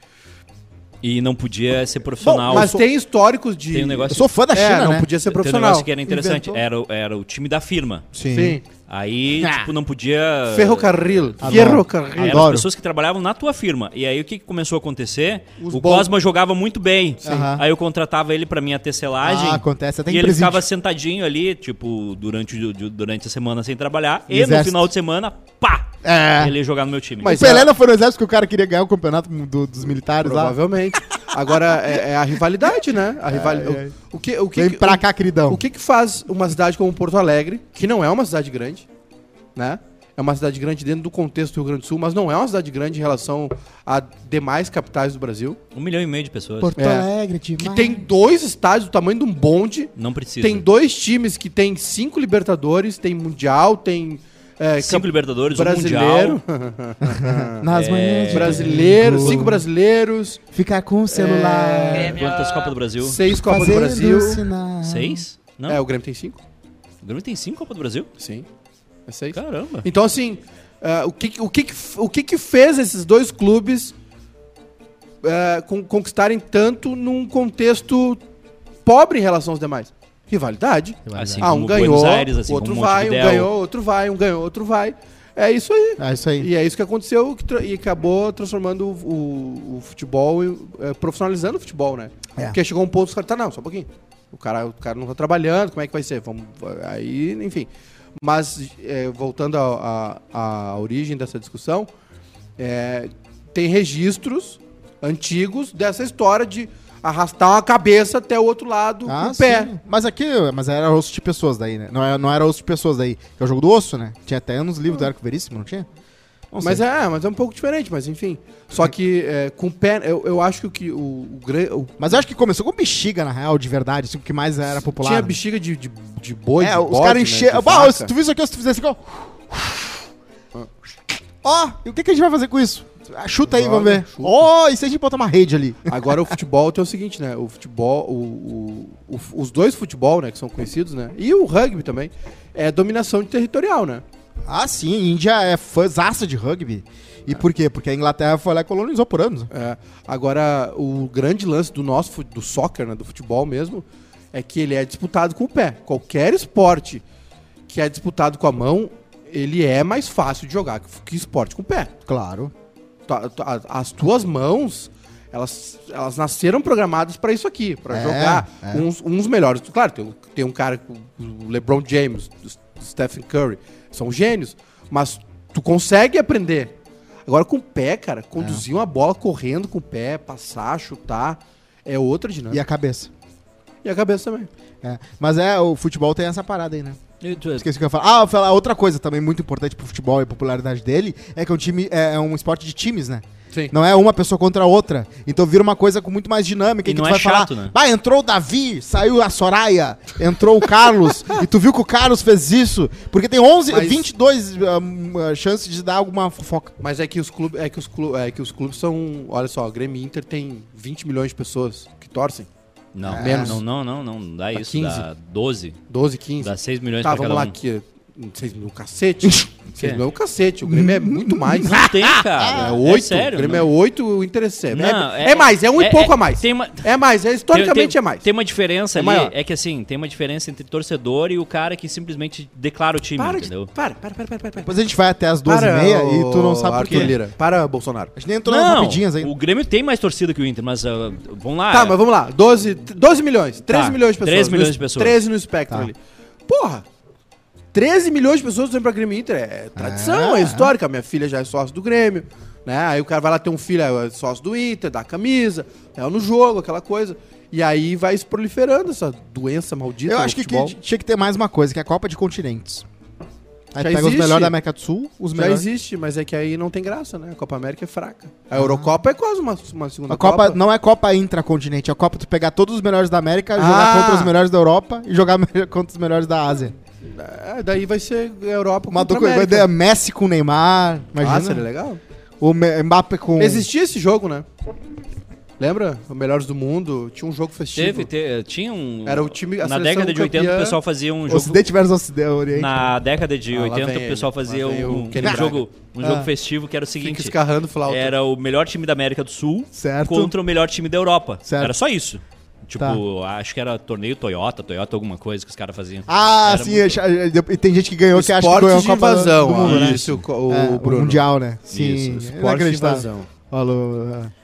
E não podia ser profissional.
mas tem históricos de.
Tem um negócio-
Eu sou fã da
É,
China,
não
né?
podia ser
tem um
profissional.
negócio que era interessante.
Inventou.
Era, o- era o time da firma.
Sim.
Sim.
Aí,
Ah.
tipo, não podia.
Ferrocarril.
Adoro.
Aí
Ferrocarril.
eram
Adoro.
as pessoas que trabalhavam na tua firma. E aí o que, que começou a acontecer?
Os
o
bons.
Cosma jogava muito bem.
Aham.
Aí eu contratava ele pra minha tecelagem.
Ah, acontece até É. em
e ele
presídio.
ficava sentadinho ali, tipo, durante, o- du- durante a semana sem trabalhar. E no
Exército.
final de semana, pá!
É.
Ele ia jogar no meu time.
O
Mas-
Pelé não foi no exército que o cara queria ganhar o campeonato do- dos militares lá.
Provavelmente. Agora, é, é a rivalidade, né? A rivali...
É, é.
O, o que, o que,
Vem pra
o-
cá,
Então.
queridão.
O que que faz uma cidade como Porto Alegre, que não é uma cidade grande, né? É uma cidade grande dentro do contexto do Rio Grande do Sul, mas não é uma cidade grande em relação a demais capitais do Brasil.
Um milhão e meio de pessoas.
Porto
É.
Alegre,
Que
demais.
tem dois estádios do tamanho de um bonde,
Não precisa.
tem dois times que tem cinco Libertadores, tem Mundial, tem é,
Cinco
campe-
Libertadores, um
brasileiro,
Mundial.
(laughs)
Nas
É.
manhãs. de
brasileiro,
domingo.
cinco brasileiros,
Ficar com o celular.
Quantas Copas do Brasil?
seis Copas do
É. fazendo
Brasil.
sinal.
Seis? Não.
É, o Grêmio tem cinco?
O Grêmio tem cinco Copas do Brasil?
Sim. É seis.
Caramba.
Então, assim, ah, o, que, que- o, que, que f- o que que fez esses dois clubes ah, con- conquistarem tanto num contexto pobre em relação aos demais? Rivalidade.
Assim
ah, um
como
ganhou,
Buenos Aires, assim
outro
como
vai, um
Montevidéu.
ganhou, outro vai, um ganhou, outro vai. É isso aí.
É isso aí.
E é isso que aconteceu que tra- e acabou transformando o, o- o futebol, em- eh, profissionalizando o futebol, né?
É.
Porque chegou um ponto os caras, tá, não, só um pouquinho. O cara, o cara não tá trabalhando, como é que vai ser? Vamos, aí, enfim. Mas, eh, voltando à à- à origem dessa discussão, eh, tem registros antigos dessa história de arrastar uma cabeça até o outro lado
Ah,
com o pé.
sim. Mas aqui, mas era osso de pessoas daí, né? Não era, não era osso de pessoas daí. Que é o jogo do osso, né? Tinha até nos livros do Arco Veríssimo, não tinha? Não
mas
sei.
é, mas é um pouco diferente, mas enfim. Só que eh, com o pé, eu, eu acho que o que o, o gran- o
Mas eu acho que começou com bexiga, na real, de verdade. Assim, o que mais era popular.
Tinha
né?
bexiga de, de, de boi,
É,
de
os
bode,
caras
né,
encheram.
de
Bah,
vaca.
se tu viu isso aqui, se tu fizesse assim, ó. Ó, e o que, que a gente vai fazer com isso? Ah, Chuta aí,
Joga,
vamos ver.
chuta.
Ó, e se a gente botar uma rede ali?
Agora o futebol tem o seguinte, né? O futebol, o, o- o- os dois futebol, né, que são conhecidos, né? E o rugby também, é dominação territorial, né?
Ah, sim, Índia é fãzaça de rugby. E por quê? Porque a Inglaterra foi lá e colonizou por anos.
É, agora, o grande lance do nosso, fu- do soccer, né, do futebol mesmo, é que ele é disputado com o pé. Qualquer esporte que é disputado com a mão, ele é mais fácil de jogar que, que esporte com o pé.
Claro.
Tua- tua- as tuas mãos, elas, elas nasceram programadas pra isso aqui, pra
É,
jogar
é.
Uns, uns melhores. Claro, tem, um- tem um cara, o LeBron James, o Stephen Curry, são gênios, mas tu consegue aprender. Agora com o pé, cara, conduzir uma bola correndo com o pé, passar, chutar, é outra
E
dinâmica.
a cabeça.
E a, cabeça também.
É. Mas é, o futebol tem essa parada aí, né?
E
é
tu-
Esqueci o que eu ia falar. Ah, eu ia falar outra coisa também muito importante pro futebol e popularidade dele é que é um time é, é um esporte de times, né?
Sim.
Não é uma pessoa contra a outra. Então vira uma coisa com muito mais dinâmica.
E
E que
não
tu
é
vai
chato,
falar,
né?
Bah, entrou o Davi, saiu a Soraya, entrou o Carlos. e tu viu que o Carlos fez isso. Porque tem 11,
Mas-
22 ah, ah, chances de dar alguma fofoca.
Mas é que os clubes, é que os clubes, é que os clubes são, olha só, o Grêmio e Inter tem 20 milhões de pessoas que torcem,
Não,
É.
menos. Não, não, não, não dá
Dá
isso.
15.
Dá 12.
12, 15.
Dá 6 milhões
Tá,
pra
vamos
cada
lá
um.
aqui. 6 mil é um
(laughs)
cacete. 6 mil é um cacete. O Grêmio é muito mais.
Não
(laughs)
tem, cara.
É 8.
sério,
o Grêmio
não.
é 8, o Inter é 7.
Não,
é, é mais, é um e pouco a mais.
Tem uma,
É mais, é historicamente
tem- tem-
é mais.
Tem uma diferença
É
ali,
maior.
é que assim, tem uma diferença entre torcedor e o cara que simplesmente declara o um time,
para, de,
entendeu?
para, para, para, para, para. para.
Depois a gente vai até as 12 e meia e tu não sabe por
Arthur
quê.
Lira. Para, Bolsonaro.
A gente nem entrou nas
Não,
rapidinhas ainda.
o Grêmio tem mais torcida que o Inter, mas ah, vamos lá.
é.
tá, mas vamos lá. 12, 12 milhões. 13
Tá,
milhões de pessoas.
13 milhões
No-
de pessoas.
13 no espectro
Tá.
ali. Porra! 13 milhões de pessoas torcendo pra Grêmio e Inter. É tradição, é,
É.
histórica. Minha filha já é sócio do Grêmio. Né? Aí o cara vai lá ter um filho, é sócio do Inter, dá a camisa, é no jogo, aquela coisa. E aí vai se proliferando essa doença maldita.
Eu
do
acho que,
futebol.
que tinha que ter mais uma coisa, que é a Copa de Continentes. Aí
Já
pega os
existe.
melhores da América do Sul, os
já
melhores.
existe, mas é que aí não tem graça, né? A Copa América é fraca. A Eurocopa é quase uma, uma segunda
Ah. A Copa, não é Copa intracontinente, é a Copa tu pegar todos os melhores da América,
Ah!
jogar contra os melhores da Europa e jogar (laughs) contra os melhores da Ásia.
É, daí vai ser Europa
Uma
contra
do... vai
América.
ter Messi com Neymar,
Ah, seria
imagina.
legal.
o Me- Mbappé com
Existia esse jogo, né? Lembra? O Melhores do Mundo. Tinha um jogo festivo.
Teve, te- tinha um.
Era o time- a
Na
seleção
década de 80,
campeã-
o pessoal fazia um jogo.
Ocidente versus Ocidente, Oriente.
Na década de
Ah, lá
80,
vem
o pessoal
ele,
fazia
lá vem
um,
o Kenny
um
Braga.
jogo, um jogo
Ah.
festivo que era o
Fica
seguinte:
escarrando flauta.
era o melhor time da América do Sul
Certo.
contra o melhor time da Europa.
Certo.
Era só isso.
Tá.
Tipo, acho que era torneio Toyota, Toyota alguma coisa que os caras faziam.
Ah,
Era
sim,
muito-
acha- e tem gente que ganhou que acha que
Esportes
ganhou a
de
Copa
invasão.
do Mundo,
ah,
né?
isso, o, o
É,
Bruno.
Mundial, né? Sim,
Isso, esportes de
inacreditável.
invasão.
Falou, é.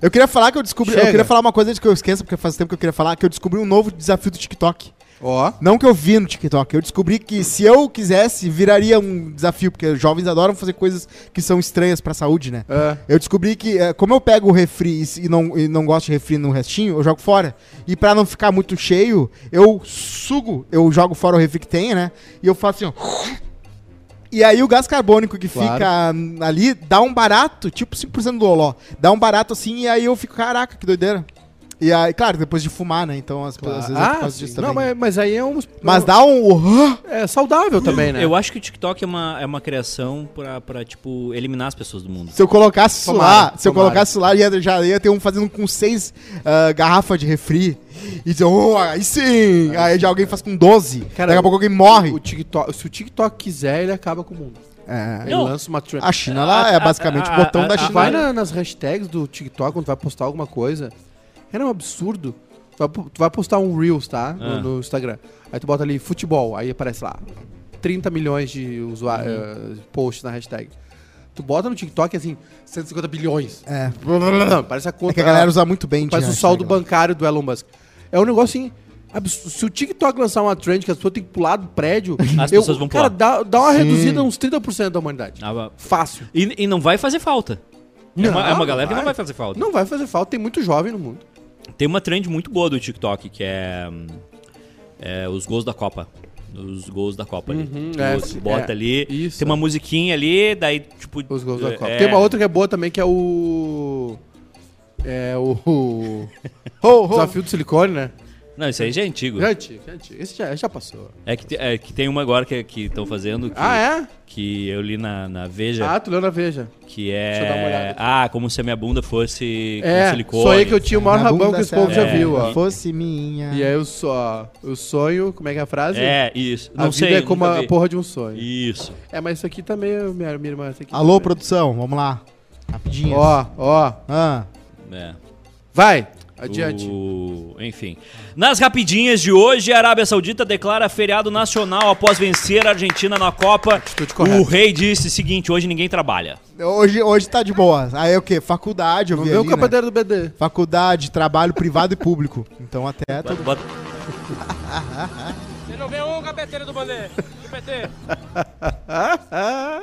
Eu queria falar que eu descobri.
Chega.
Eu queria falar uma coisa antes que eu esqueça, porque faz tempo que eu queria falar, que eu descobri um novo desafio do TikTok.
Ó.
Não que eu vi no TikTok, eu descobri que se eu quisesse, viraria um desafio, porque os jovens adoram fazer coisas que são estranhas pra saúde, né?
É.
Eu descobri que, eh, como eu pego o refri e se- e não, e não gosto de refri no restinho, eu jogo fora. E pra não ficar muito cheio, eu sugo, eu jogo fora o refri que tem, né? E eu faço assim, ó. E aí o gás carbônico que
Claro.
fica hum, ali dá um barato, tipo 5% do oló. Dá um barato assim, e aí eu fico, caraca, que doideira. E aí, claro, depois de fumar, né? Então, às, às vezes é por
Ah,
causa
sim.
disso
não,
também.
mas, mas aí é um...
Mas dá um.
É saudável também, né?
Eu acho que o TikTok é uma, é uma criação pra, pra, tipo, eliminar as pessoas do mundo.
Se eu colocasse isso lá,
Tomara,
se eu
tomara.
colocasse isso lá, ia, já ia ter um fazendo com seis ah, garrafas de refri. E dizer, oh, aí sim! Aí já alguém faz com 12.
Cara,
Daqui a
o-
pouco alguém morre.
O TikTok, se o TikTok quiser, ele acaba com o mundo.
É.
Ele
Não.
lança uma trend.
A China lá é basicamente o botão da
a-
Tu
China.
vai na- nas hashtags do TikTok quando tu vai postar alguma coisa. Era um absurdo. Tu vai, po- tu vai postar um Reels, tá? No,
Ah.
no Instagram. Aí tu bota ali futebol, aí aparece lá. 30 milhões de usuários,
Uhum.
eh, posts na hashtag. Tu bota no TikTok, assim, 150 bilhões.
É.
Parece a
É
conta.
que a galera usa muito bem.
Parece o
hashtag
saldo
lá.
bancário do Elon Musk. É um negócio assim. absurdo. Se o TikTok lançar uma trend que as pessoas têm que pular do prédio,
As
eu-
pessoas vão
cara, dá, dá uma
Sim.
reduzida uns 30% da humanidade.
Ah,
Fácil.
e, e não vai fazer falta. é,
Não,
uma, é uma galera que
vai.
não vai fazer falta.
Não vai fazer falta, tem muito jovem no mundo.
Tem uma trend muito boa do TikTok, que é, hum, é os gols da Copa. Os gols da Copa
Uhum,
ali. Tu
é,
bota
é,
ali,
isso.
tem uma musiquinha ali, daí tipo...
Os gols da
é,
Copa. Tem uma outra que é boa também, que é o. É
(laughs)
o. o Desafio do silicone, né?
Não, isso aí já é antigo.
Já é antigo, já é antigo. Esse já, já passou.
É que, te- é que tem uma agora que estão fazendo, que,
Ah, é?
que eu li na, na Veja,
Ah, tu leu na Veja.
que
deixa eu dar uma olhada
é...
aqui.
Ah, como se a minha bunda fosse com
É,
silicone.
sonhei que eu tinha o maior
Minha
rabão
bunda né?
que esse povo
será
já
é.
viu, ó.
Se fosse minha.
E aí eu só. Eu sonho, como é que é a frase?
É, isso.
A
Não
vida
sei,
é como
nunca
a
vi.
porra de um sonho.
Isso.
É, mas isso aqui também, minha, minha irmã, isso aqui
Alô,
também.
produção, vamos lá. Rapidinho.
Ó, ó.
Ah,
É.
Vai, adiante.
O- Enfim. Nas rapidinhas de hoje, a Arábia Saudita declara feriado nacional após vencer a Argentina na Copa.
Atitude
O
correta.
rei disse o seguinte: hoje ninguém trabalha.
hoje, hoje tá de boa. Aí é o quê? Faculdade, eu
Não
vi
deu
ali,
o
né?
capadeiro do BD.
Faculdade, trabalho privado e público. Então
É
até todo
Bota-
Você não vê um gabeteiro do bandeira, do PT.
Ah.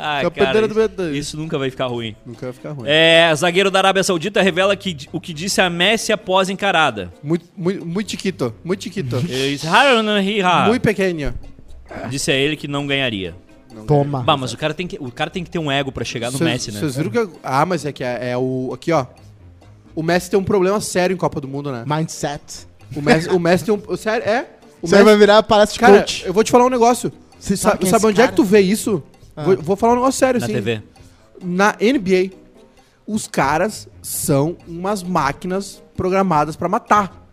Ai,
Campeonato
cara,
do
isso-
Brasil.
isso nunca vai ficar ruim.
Nunca vai ficar ruim.
É, zagueiro da Arábia Saudita revela que, o que disse a Messi após encarada.
Muito, muito, muito chiquito, muito chiquito.
(laughs)
É
Ele disse, "Ah, não, hi, ha."
muito pequeno.
Disse a ele que não ganharia.
toma.
Bah, mas o cara tem que, o cara tem que ter um ego pra chegar no
Cês-
Messi, né?
Vocês viram que... Ah, mas é que é, é o... Aqui, ó. O Messi tem um problema sério em Copa do Mundo, né?
Mindset.
O Messi, o Messi tem um... Sério, é. O
Você
Messi-
vai virar palestra de
Cara,
coach.
eu vou te falar um negócio.
Você
Sa-
quem
Sabe,
esse
onde é
cara? Ah.
que tu vê isso? Vou, vou falar um negócio sério,
Na
assim.
TV.
na NBA, os caras são umas máquinas programadas pra matar.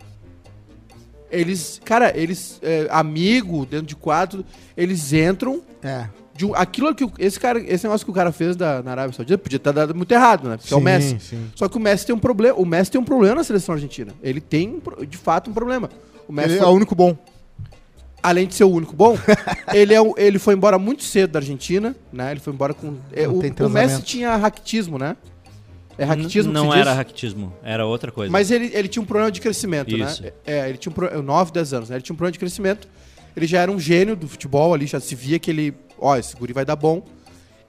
Eles, cara, eles, é, amigo, dentro de quadro, eles entram.
É.
De um, aquilo que o- esse cara, esse negócio que o cara fez da, na Arábia Saudita podia ter dado muito errado, né? Porque é o
Sim,
Messi.
sim.
Só que o Messi tem um problema. O Messi tem um problema na seleção argentina. Ele tem, um pro- de fato, um problema. O Messi
Ele é
foi-
o único bom.
além de ser o
(laughs)
único bom, ele, é, o- ele foi embora muito cedo da Argentina, né? Ele foi embora com. é,
Não
o,
tem
o
transamento.
Messi tinha raquitismo, né? É raquitismo que
não
se
era
diz?
raquitismo, era outra coisa. né?
Mas ele, ele tinha um problema de crescimento,
Isso.
né? É, ele tinha um pro- 9, 10 anos, né? Ele tinha um problema de crescimento. Ele já era um gênio do futebol ali, já se via que ele, ó, esse guri vai dar bom.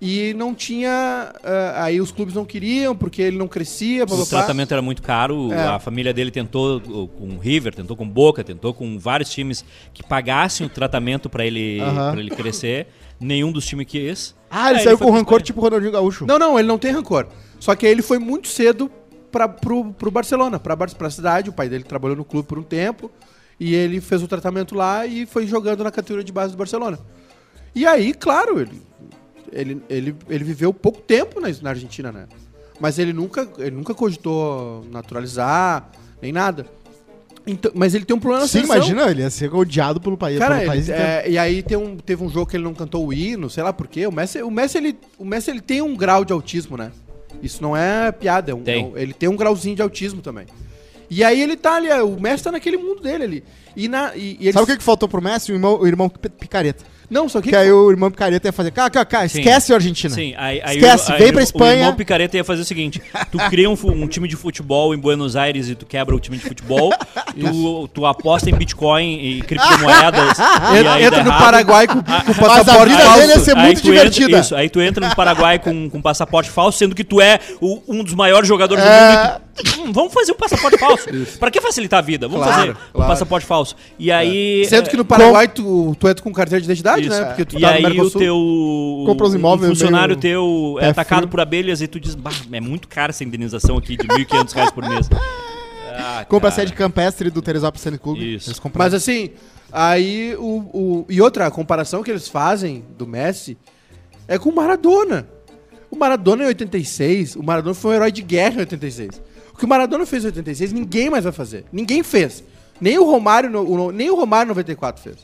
E não tinha. ah, aí os clubes não queriam, porque ele não crescia, blá, blá,
O
blá.
tratamento era muito caro,
É.
a família dele tentou uh, com o River, tentou com o Boca, tentou com vários times que pagassem o tratamento pra ele,
Aham.
pra ele crescer. Nenhum dos times quis.
Ah, ele
Aí
saiu
É, foi
com
pra
rancor
Espanha.
tipo Ronaldinho Gaúcho.
Não, não, ele não tem rancor. Só que aí ele foi muito cedo pra, pro, pro Barcelona, pra, Bar- pra cidade. O pai dele trabalhou no clube por um tempo. E ele fez o tratamento lá e foi jogando na categoria de base do Barcelona. E aí, claro, ele, ele, ele, ele viveu pouco tempo na, na Argentina, né? Mas ele nunca, ele nunca cogitou naturalizar, nem nada. Então, mas ele tem um problema na
Sim,
seleção.
imagina, ele ia ser odiado pelo país,
Cara,
pelo país
ele-
inteiro.
é, e aí tem um- teve um jogo que ele não cantou o hino, sei lá por quê. O Messi, o Messi, ele, o Messi ele tem um grau de autismo, né? Isso não é piada, é um-
Tem.
é um- ele tem um grauzinho de autismo também. E aí ele tá ali, é, o Messi tá naquele mundo dele ali. E na, e,
é,
e ele-
Sabe o que, que faltou pro Messi? O irmão, o irmão pi- picareta.
Não, só que...
Que é aí o irmão picareta ia fazer. Cara, cara, cara
Sim.
esquece a Argentina.
Sim, aí, aí
Esquece, vem pra
o-
Espanha.
O irmão Picareta ia fazer o seguinte: tu cria um, fu- um time de futebol em Buenos Aires e tu quebra o time de futebol, tu, tu aposta em Bitcoin e
(laughs)
criptomoedas. e
entra
aí
entra
dá
no
errado. (laughs)
Paraguai é com, com o
Mas a
passaporte
vida
falso.
dele é assim. ia ser
Aí
muito
tu entra-
divertida.
isso, aí tu entra no Paraguai com, com passaporte falso, sendo que tu é o- um dos maiores jogadores
É.
do mundo. e tu, "Hum, vamos fazer um passaporte falso. pra que facilitar a vida? Vamos
Claro,
fazer um
claro.
passaporte falso. E aí.
Sendo que no Paraguai tu, tu entra com carteira de identidade,
Isso.
né? Porque tu
e
tá
aí
no
o
Mercosul.
teu
Compra os imóveis
um funcionário
meio-
teu é
pé
atacado
frio.
por abelhas e tu diz, "Bah, é muito cara essa indenização aqui de 1.500 reais por
(laughs)
mês. Ah,
Compra a
cara.
sede campestre do Teresópolis Tênis Clube.
Isso.
Eles compraram.
Mas assim, aí o, o- E outra, a comparação que eles fazem do Messi é com o Maradona. O Maradona em 86, o Maradona foi um herói de guerra em 86. O que o Maradona fez em 86, ninguém mais vai fazer. Ninguém fez. Nem o Romário, no- o- nem o Romário em 94 fez.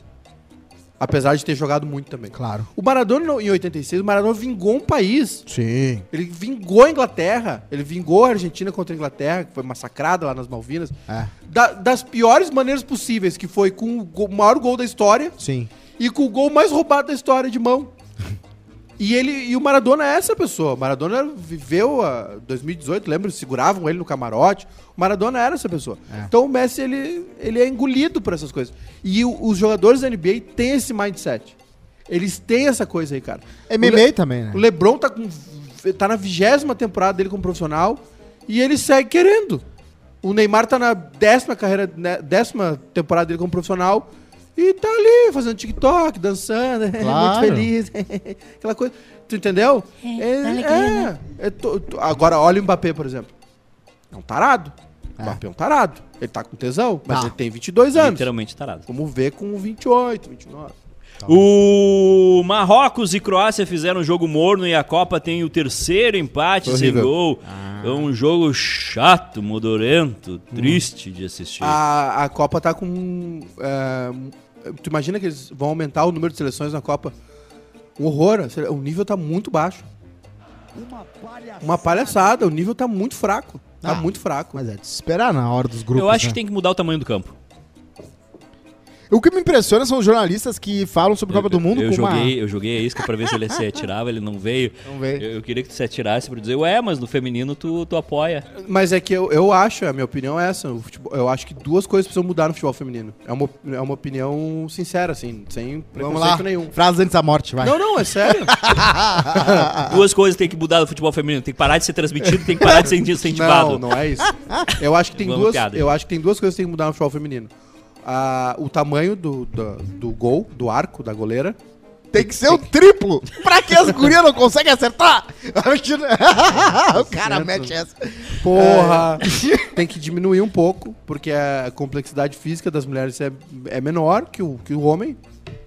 Apesar de ter jogado muito também.
Claro.
O Maradona no- em 86, o Maradona vingou um país.
Sim.
Ele vingou a Inglaterra. Ele vingou a Argentina contra a Inglaterra, que foi massacrada lá nas Malvinas.
É.
Da- das piores maneiras possíveis, que foi com o go- maior gol da história
Sim.
e com o gol mais roubado da história de mão. E ele e o Maradona é essa pessoa. O Maradona viveu a 2018, lembra? Seguravam ele no camarote. O Maradona era essa pessoa. Então o Messi ele, ele é engolido por essas coisas. E o- os jogadores da NBA têm esse mindset. Eles têm essa coisa aí, cara.
MMA
O Le-
também, né?
O LeBron tá com tá na vigésima temporada dele como profissional e ele segue querendo. O Neymar tá na décima carreira, né, décima temporada dele como profissional e tá ali fazendo TikTok, dançando, (laughs) é
Claro.
muito feliz, (laughs) aquela coisa. Tu entendeu? É, é, é to- to- agora olha o Mbappé, por exemplo. É um tarado. O Mbappé é um tarado. Ele tá com tesão, mas
Tá.
ele tem 22 anos.
Literalmente tarado.
Como vê com 28, 29.
Tá.
O Marrocos e Croácia fizeram um jogo morno e a Copa tem o terceiro empate
Foi
sem
horrível.
gol.
Ah.
É um jogo chato, modorento,
Hum.
triste de assistir.
Ah,
A, a Copa tá com. é, tu imagina que eles vão aumentar o número de seleções na Copa? Um horror, a sele- o nível tá muito baixo. Uma palhaçada, o nível tá muito fraco. Tá
Ah,
muito fraco.
Mas é de se esperar na hora dos grupos.
Eu acho
né?
que tem que mudar o tamanho do campo.
O que me impressiona são os jornalistas que falam sobre Copa
eu,
do Mundo
eu
com
joguei,
uma.
Eu joguei a isca pra ver se ele se atirava, ele não veio.
(laughs) Não veio.
Eu, eu queria que tu se atirasse pra dizer, ué, mas no feminino tu, tu apoia.
Mas é que eu, eu acho, a minha opinião é essa. o futebol- eu acho que duas coisas precisam mudar no futebol feminino. É uma, op- é uma opinião sincera, assim, sem
Vamos
preconceito
lá.
nenhum.
Frases antes da morte, vai.
Não, não, é sério. Ah.
Duas coisas tem que mudar no futebol feminino. Tem que parar de ser transmitido, tem que parar de ser incentivado.
(laughs) Não, não é isso. Eu acho que
(laughs)
tem
Vamos
duas,
piada aí.
eu acho que tem duas coisas que tem que mudar no futebol feminino. Ah, o tamanho do, do, do gol, do arco, da goleira.
Tem que ser o triplo. pra que as gurias não conseguem acertar? (laughs) o cara mete essa.
Porra! tem que diminuir um pouco, porque a complexidade física das mulheres é, é menor que o, que o homem.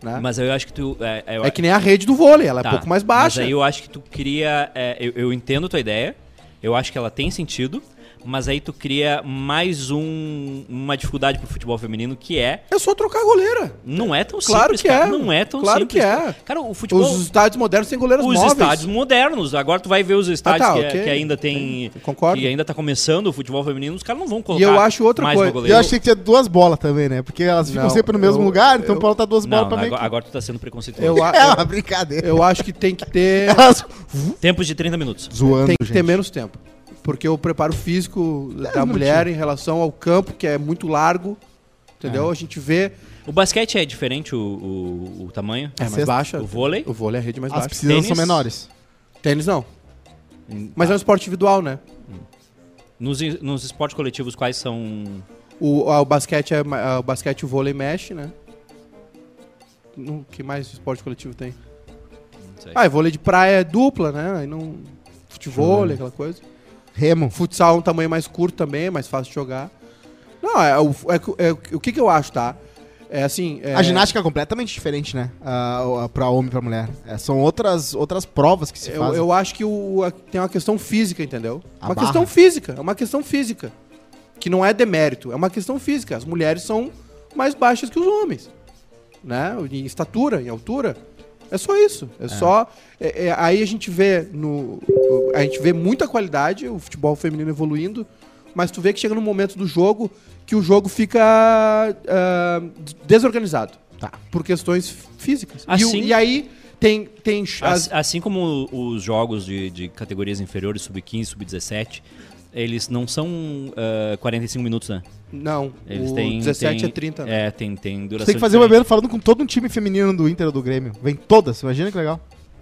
Né?
Mas eu acho que tu. É, eu-
é que nem a rede do vôlei, ela
tá.
é um pouco mais baixa.
Mas aí eu acho que tu cria. é, eu, eu entendo tua ideia. Eu acho que ela tem sentido. Mas aí tu cria mais um, uma dificuldade pro futebol feminino que é.
É só trocar a goleira.
Não é tão
Claro
simples.
que
cara.
é.
Não é tão
Claro
simples.
que é.
Cara, o futebol.
Os estádios modernos têm goleiras
os
móveis.
estádios modernos. Agora tu vai ver os estádios
Ah, tá,
que, é-
ok.
que ainda tem.
concordo.
Que ainda tá começando o futebol feminino, os caras não vão colocar.
eu acho outra
mais
coisa.
uma
E eu
goleira.
achei que tinha duas bolas também, né? Porque elas ficam
Não,
sempre no mesmo
eu-
lugar, então
eu-
pra ela tá duas bolas
Não,
pra mim.
agora, agora tu tá sendo preconceituoso.
Eu, a-
É
(laughs)
uma brincadeira.
eu acho que tem que ter.
Elas
Tempos de 30 minutos.
zoando,
tem que ter
gente.
menos tempo. Porque o preparo físico da mulher em relação ao campo, que é muito largo, entendeu? A gente vê.
O basquete é diferente o, o, o tamanho?
É mais
cesta,
baixa.
O vôlei?
O vôlei é a rede mais
As
baixa.
piscinas são
Tênis?
menores.
Tênis não. Mas é um esporte individual, né?
Nos, nos esportes coletivos, quais são.
O, a- o basquete é, ma- a- o basquete e o vôlei mexe, né? O que mais esporte coletivo tem?
sei.
Ah, e vôlei de praia é dupla, né? Aí não. Futebol, aquela coisa.
Remo.
Futsal é um tamanho mais curto também, é mais fácil de jogar. Não, é, o é que- é o que, que eu acho, tá? É assim. é-
A ginástica é completamente diferente, né? Ah, ah, pra homem e pra mulher. É, são outras, outras provas que se
Eu,
fazem.
eu acho que o- a- tem uma questão física, entendeu?
A
uma
barra.
questão física, é uma questão física. Que não é demérito, é uma questão física. As mulheres são mais baixas que os homens. Né? Em estatura, em altura. É só isso. É, só. é- é- aí a gente vê no. A gente vê muita qualidade, o futebol feminino evoluindo, mas tu vê que chega num momento do jogo que o jogo fica ah, des- desorganizado.
Tá.
Por questões físicas. E o-
Assim-
e, aí tem. tem as-
As- assim como os jogos de, de categorias inferiores, sub-15, sub-17, eles não são ah, 45 minutos, né?
Não,
Eles
o
têm.
17
têm-
é 30, né?
É, tem, tem duração.
Você tem que fazer o
diferente.
bebê falando com todo um time feminino do Inter ou do Grêmio. Vem todas, imagina que legal.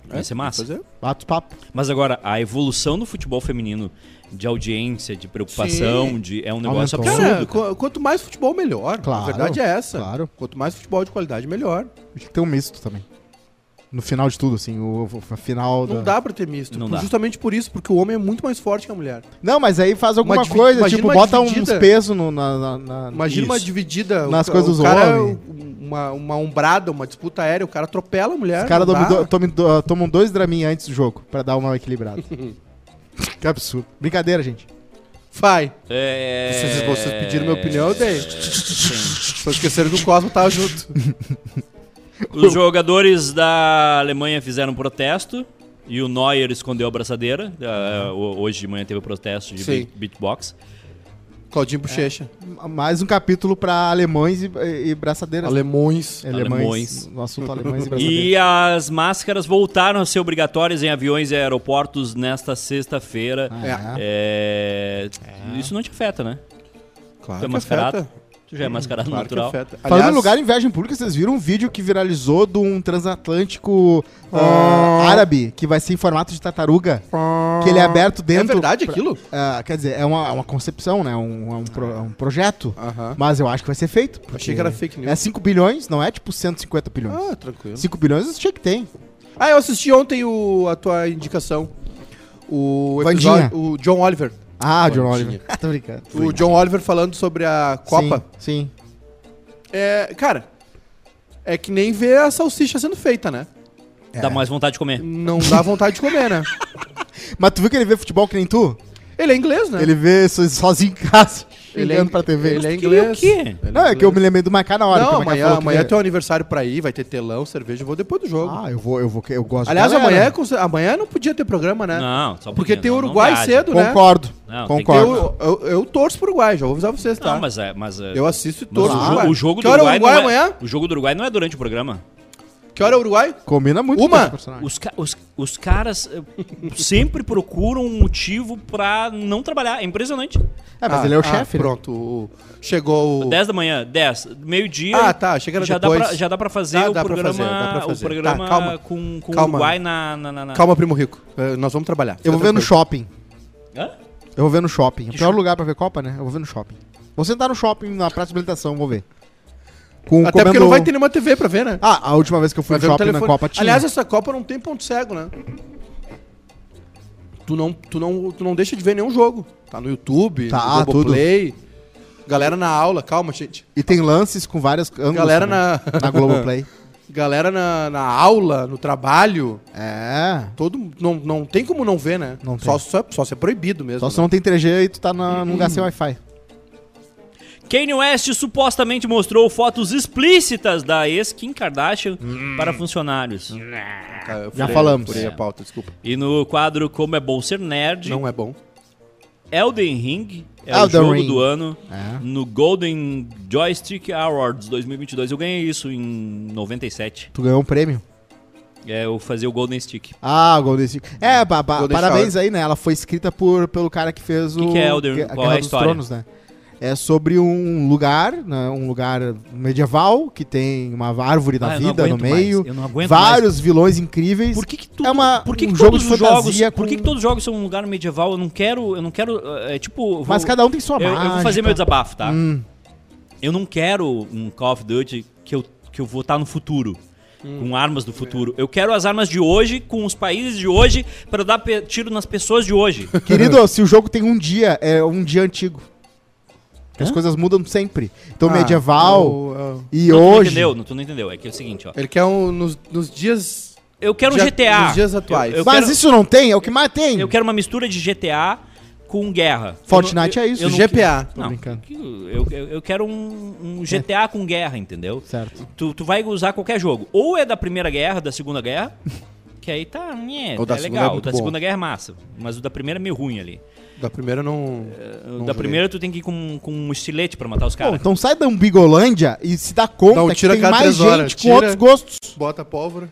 Vai ser massa.
Fazer?
Bate os papo.
Mas agora, a evolução do futebol feminino, de audiência, de preocupação,
Sim.
de, é um negócio
Aumentou.
absurdo.
Cara, qu- quanto mais futebol, melhor.
Claro,
A verdade é essa.
claro.
Quanto mais futebol de qualidade, melhor.
Tem que ter um misto também. No final de tudo, assim, o, o- a final
Não
da...
dá pra ter misto.
Não
por-
dá.
justamente por isso, porque o homem é muito mais forte que a mulher.
Não, mas aí faz alguma
Uma divi-
coisa,
imagina
tipo,
uma
bota
dividida.
uns pesos no, na, na, na-
Imagina uma
Isso.
dividida. o
Nas
ca-
coisas dos
o cara,
homens.
um- Uma, uma ombrada, uma disputa aérea, o cara atropela a mulher.
Os caras
não dá.
dominou- tomi- do- tomam dois Dramin antes do jogo, pra dar uma
(laughs)
equilibrada. que absurdo. Brincadeira, gente.
Vai.
É...
Vocês, vocês pediram minha opinião, eu dei.
Sim.
Só esqueceram que o Cosmo tava junto.
Os jogadores da Alemanha fizeram um protesto e o É, Neuer escondeu a braçadeira. Ah, ho- Hoje de manhã teve o protesto de
Sim.
beat- beatbox.
Claudinho Bochecha.
Mais um capítulo pra alemães e, e braçadeiras.
Alemões.
Alemães.
Alemões.
No assunto (laughs) alemães e braçadeiras.
E as máscaras voltaram a ser obrigatórias em aviões e aeroportos nesta sexta-feira.
Ah, é.
É, Isso não te afeta, né?
Claro
Tu é
que afeta.
mascarado? Tu já é mascarado
Hum, Claro que
natural.
afeta.
Falando
Aliás,
em lugar em viagem pública, vocês viram um vídeo que viralizou de um transatlântico ah, árabe que vai ser em formato de tartaruga, que ele é aberto
É
dentro.
verdade aquilo?
Ah, quer dizer, é uma, é uma concepção, né? Um, é um, pro- é um projeto.
Aham.
Mas eu acho que vai ser feito.
Achei que era fake news.
É 5 bilhões, não é tipo 150 bilhões.
Ah, tranquilo.
5 bilhões eu achei que tem.
Ah, eu assisti ontem o, a tua indicação. O
Vandinha.
episódio, o John Oliver.
Ah, John
Bonitinho.
Oliver. Tô brincando.
O John Oliver falando sobre a Copa.
Sim. sim.
É, cara, é que nem ver a salsicha sendo feita, né?
Dá mais vontade de comer.
Não dá vontade de comer, né?
Mas tu viu que ele vê futebol que nem tu?
Ele é inglês, né?
Ele vê so- sozinho em casa, olhando pra TV.
Ele é
Que- o
inglês.
quê?
Ele
Não, é que eu
inglês.
me lembrei do Maicá na hora. que
Não,
o Maicá
amanhã,
falou que
amanhã é
ele-
teu aniversário pra ir, vai ter telão, cerveja, eu vou depois do jogo.
Ah, eu vou, eu vou, eu gosto de
Aliás,
galera.
amanhã, é com cer- amanhã não podia ter programa, né?
Não, só um
Porque
pouquinho,
tem
não-
o
não
Uruguai
viaja.
cedo, né?
Concordo.
Não, tem que
concordo.
Eu, eu, eu torço pro Uruguai, já vou avisar vocês, tá?
Não, mas é. Mas, é-
Eu assisto
mas
todo
Claro.
o,
o Uruguai.
jo- o jogo
que
do
hora é o
Uruguai.
Uruguai
não é-
amanhã?
O jogo do Uruguai não é durante o programa.
Que hora é o Uruguai?
Combina muito
Uma.
esse personagem.
Os, ca- os, os caras eh, sempre procuram um motivo pra não trabalhar. É impressionante.
É, mas
Ah,
ele é o
ah,
chefe. né?
Pronto, o- chegou o...
10 da manhã, 10, meio-dia.
Ah, tá, achei que era
já
depois.
Dá pra, já dá pra fazer
Dá-
o
dá pra
programa,
fazer, dá pra fazer.
O programa
Tá, calma.
com, com
Calma.
o Uruguai na. na, na, na-
Calma, primo rico. eh, Nós vamos trabalhar.
Eu vou ver no
Fica
shopping.
Hã?
Eu vou ver no shopping. É o
Que
pior
shopping?
lugar pra ver Copa, né? Eu vou ver no shopping. Vou sentar no shopping, na praça de habilitação, vou ver. Com,
Até porque
comendo-
não vai ter nenhuma TV pra ver, né?
Ah, a última vez que eu fui
Vai
no
ver no
shopping na
telefone.
Copa tinha.
Aliás, essa Copa não tem ponto cego, né? Tu não, tu não, tu não deixa de ver nenhum jogo. Tá no YouTube,
Tá,
no Globoplay. Galera na aula, calma, gente.
e tem lances com várias ângulos
Galera
também, (laughs)
na, (laughs)
na
(laughs)
Globoplay.
galera na, na aula, no trabalho.
É.
Todo, não, não tem como não ver, né?
Não tem.
Só, só, só se é proibido mesmo.
Só
né?
se não tem 3G e tu tá
Hum.
na, num lugar sem Wi-Fi.
Kanye West supostamente mostrou fotos explícitas da ex Kim Kardashian
Hum.
para funcionários.
né? Cara, eu
Já
furei-
falamos.
furei a pauta, desculpa.
E no quadro Como é Bom Ser Nerd,
Não é bom.
Elden Ring é o
Elden
jogo
Ring.
do ano
É.
no Golden Joystick Awards 2022. Eu ganhei isso em 97.
Tu ganhou um prêmio.
É, eu fazia o Golden Stick.
Ah, Golden Stick. É, ba- ba-
Golden
parabéns
Shower.
aí, né? Ela foi escrita por, pelo cara que fez o.
que é Elden Ring?
a
Qual
Guerra
é a
dos
história?
Tronos, né? É sobre um lugar, né? um lugar medieval que tem uma árvore da
Ah, eu não
vida no
aguento mais,
meio.
eu não aguento
vários vilões incríveis.
Por que, que tudo,
É uma-
por que,
um
que
jogo
todos
de
os
fantasia
jogos, por que,
com-
que todos os jogos são um lugar medieval? Eu não quero, eu não quero, é tipo, vou-
Mas cada um tem sua
eu, eu
mágica.
vou fazer meu desabafo, tá?
Hum.
Eu não quero um Call of Duty que eu, que eu vou estar no futuro.
Hum.
Com armas do futuro. Eu quero as armas de hoje, com os países de hoje, pra eu dar pe- tiro nas pessoas
(laughs)
de hoje.
Querido, se o jogo tem um dia, é um dia antigo. Porque As
Hã?
coisas mudam sempre. Então,
Ah,
medieval
eu- eu-
e
Não, tu não
hoje.
entendeu? Não, tu não entendeu. É que é o seguinte, ó.
Ele quer um, nos, nos dias.
Eu quero um
dia-
GTA.
Nos dias atuais.
Eu- eu-
Mas
quero-
isso não tem? É o que mais tem.
Eu quero uma mistura de GTA com guerra.
Fortnite
Eu
é isso,
eu não-
GPA.
Não,
brincando.
que- eu, eu, eu quero um, um GTA com guerra, entendeu?
Certo.
Tu, tu vai usar qualquer jogo. Ou é da Primeira Guerra, da Segunda Guerra, (laughs) que aí tá, né,
O
tá
da Segunda é
legal. O
muito
da
bom.
Segunda Guerra é massa, mas o da Primeira é meio ruim ali.
Da primeira não.
O
não
É, da
joguei.
Primeira tu tem que ir com, com um estilete pra matar os
Bom,
caras.
então sai da Umbigolândia e se dá conta
Não, tira
que tem
cada
mais
três
gente
horas,
com
tira.
outros gostos.
Bota a pólvora.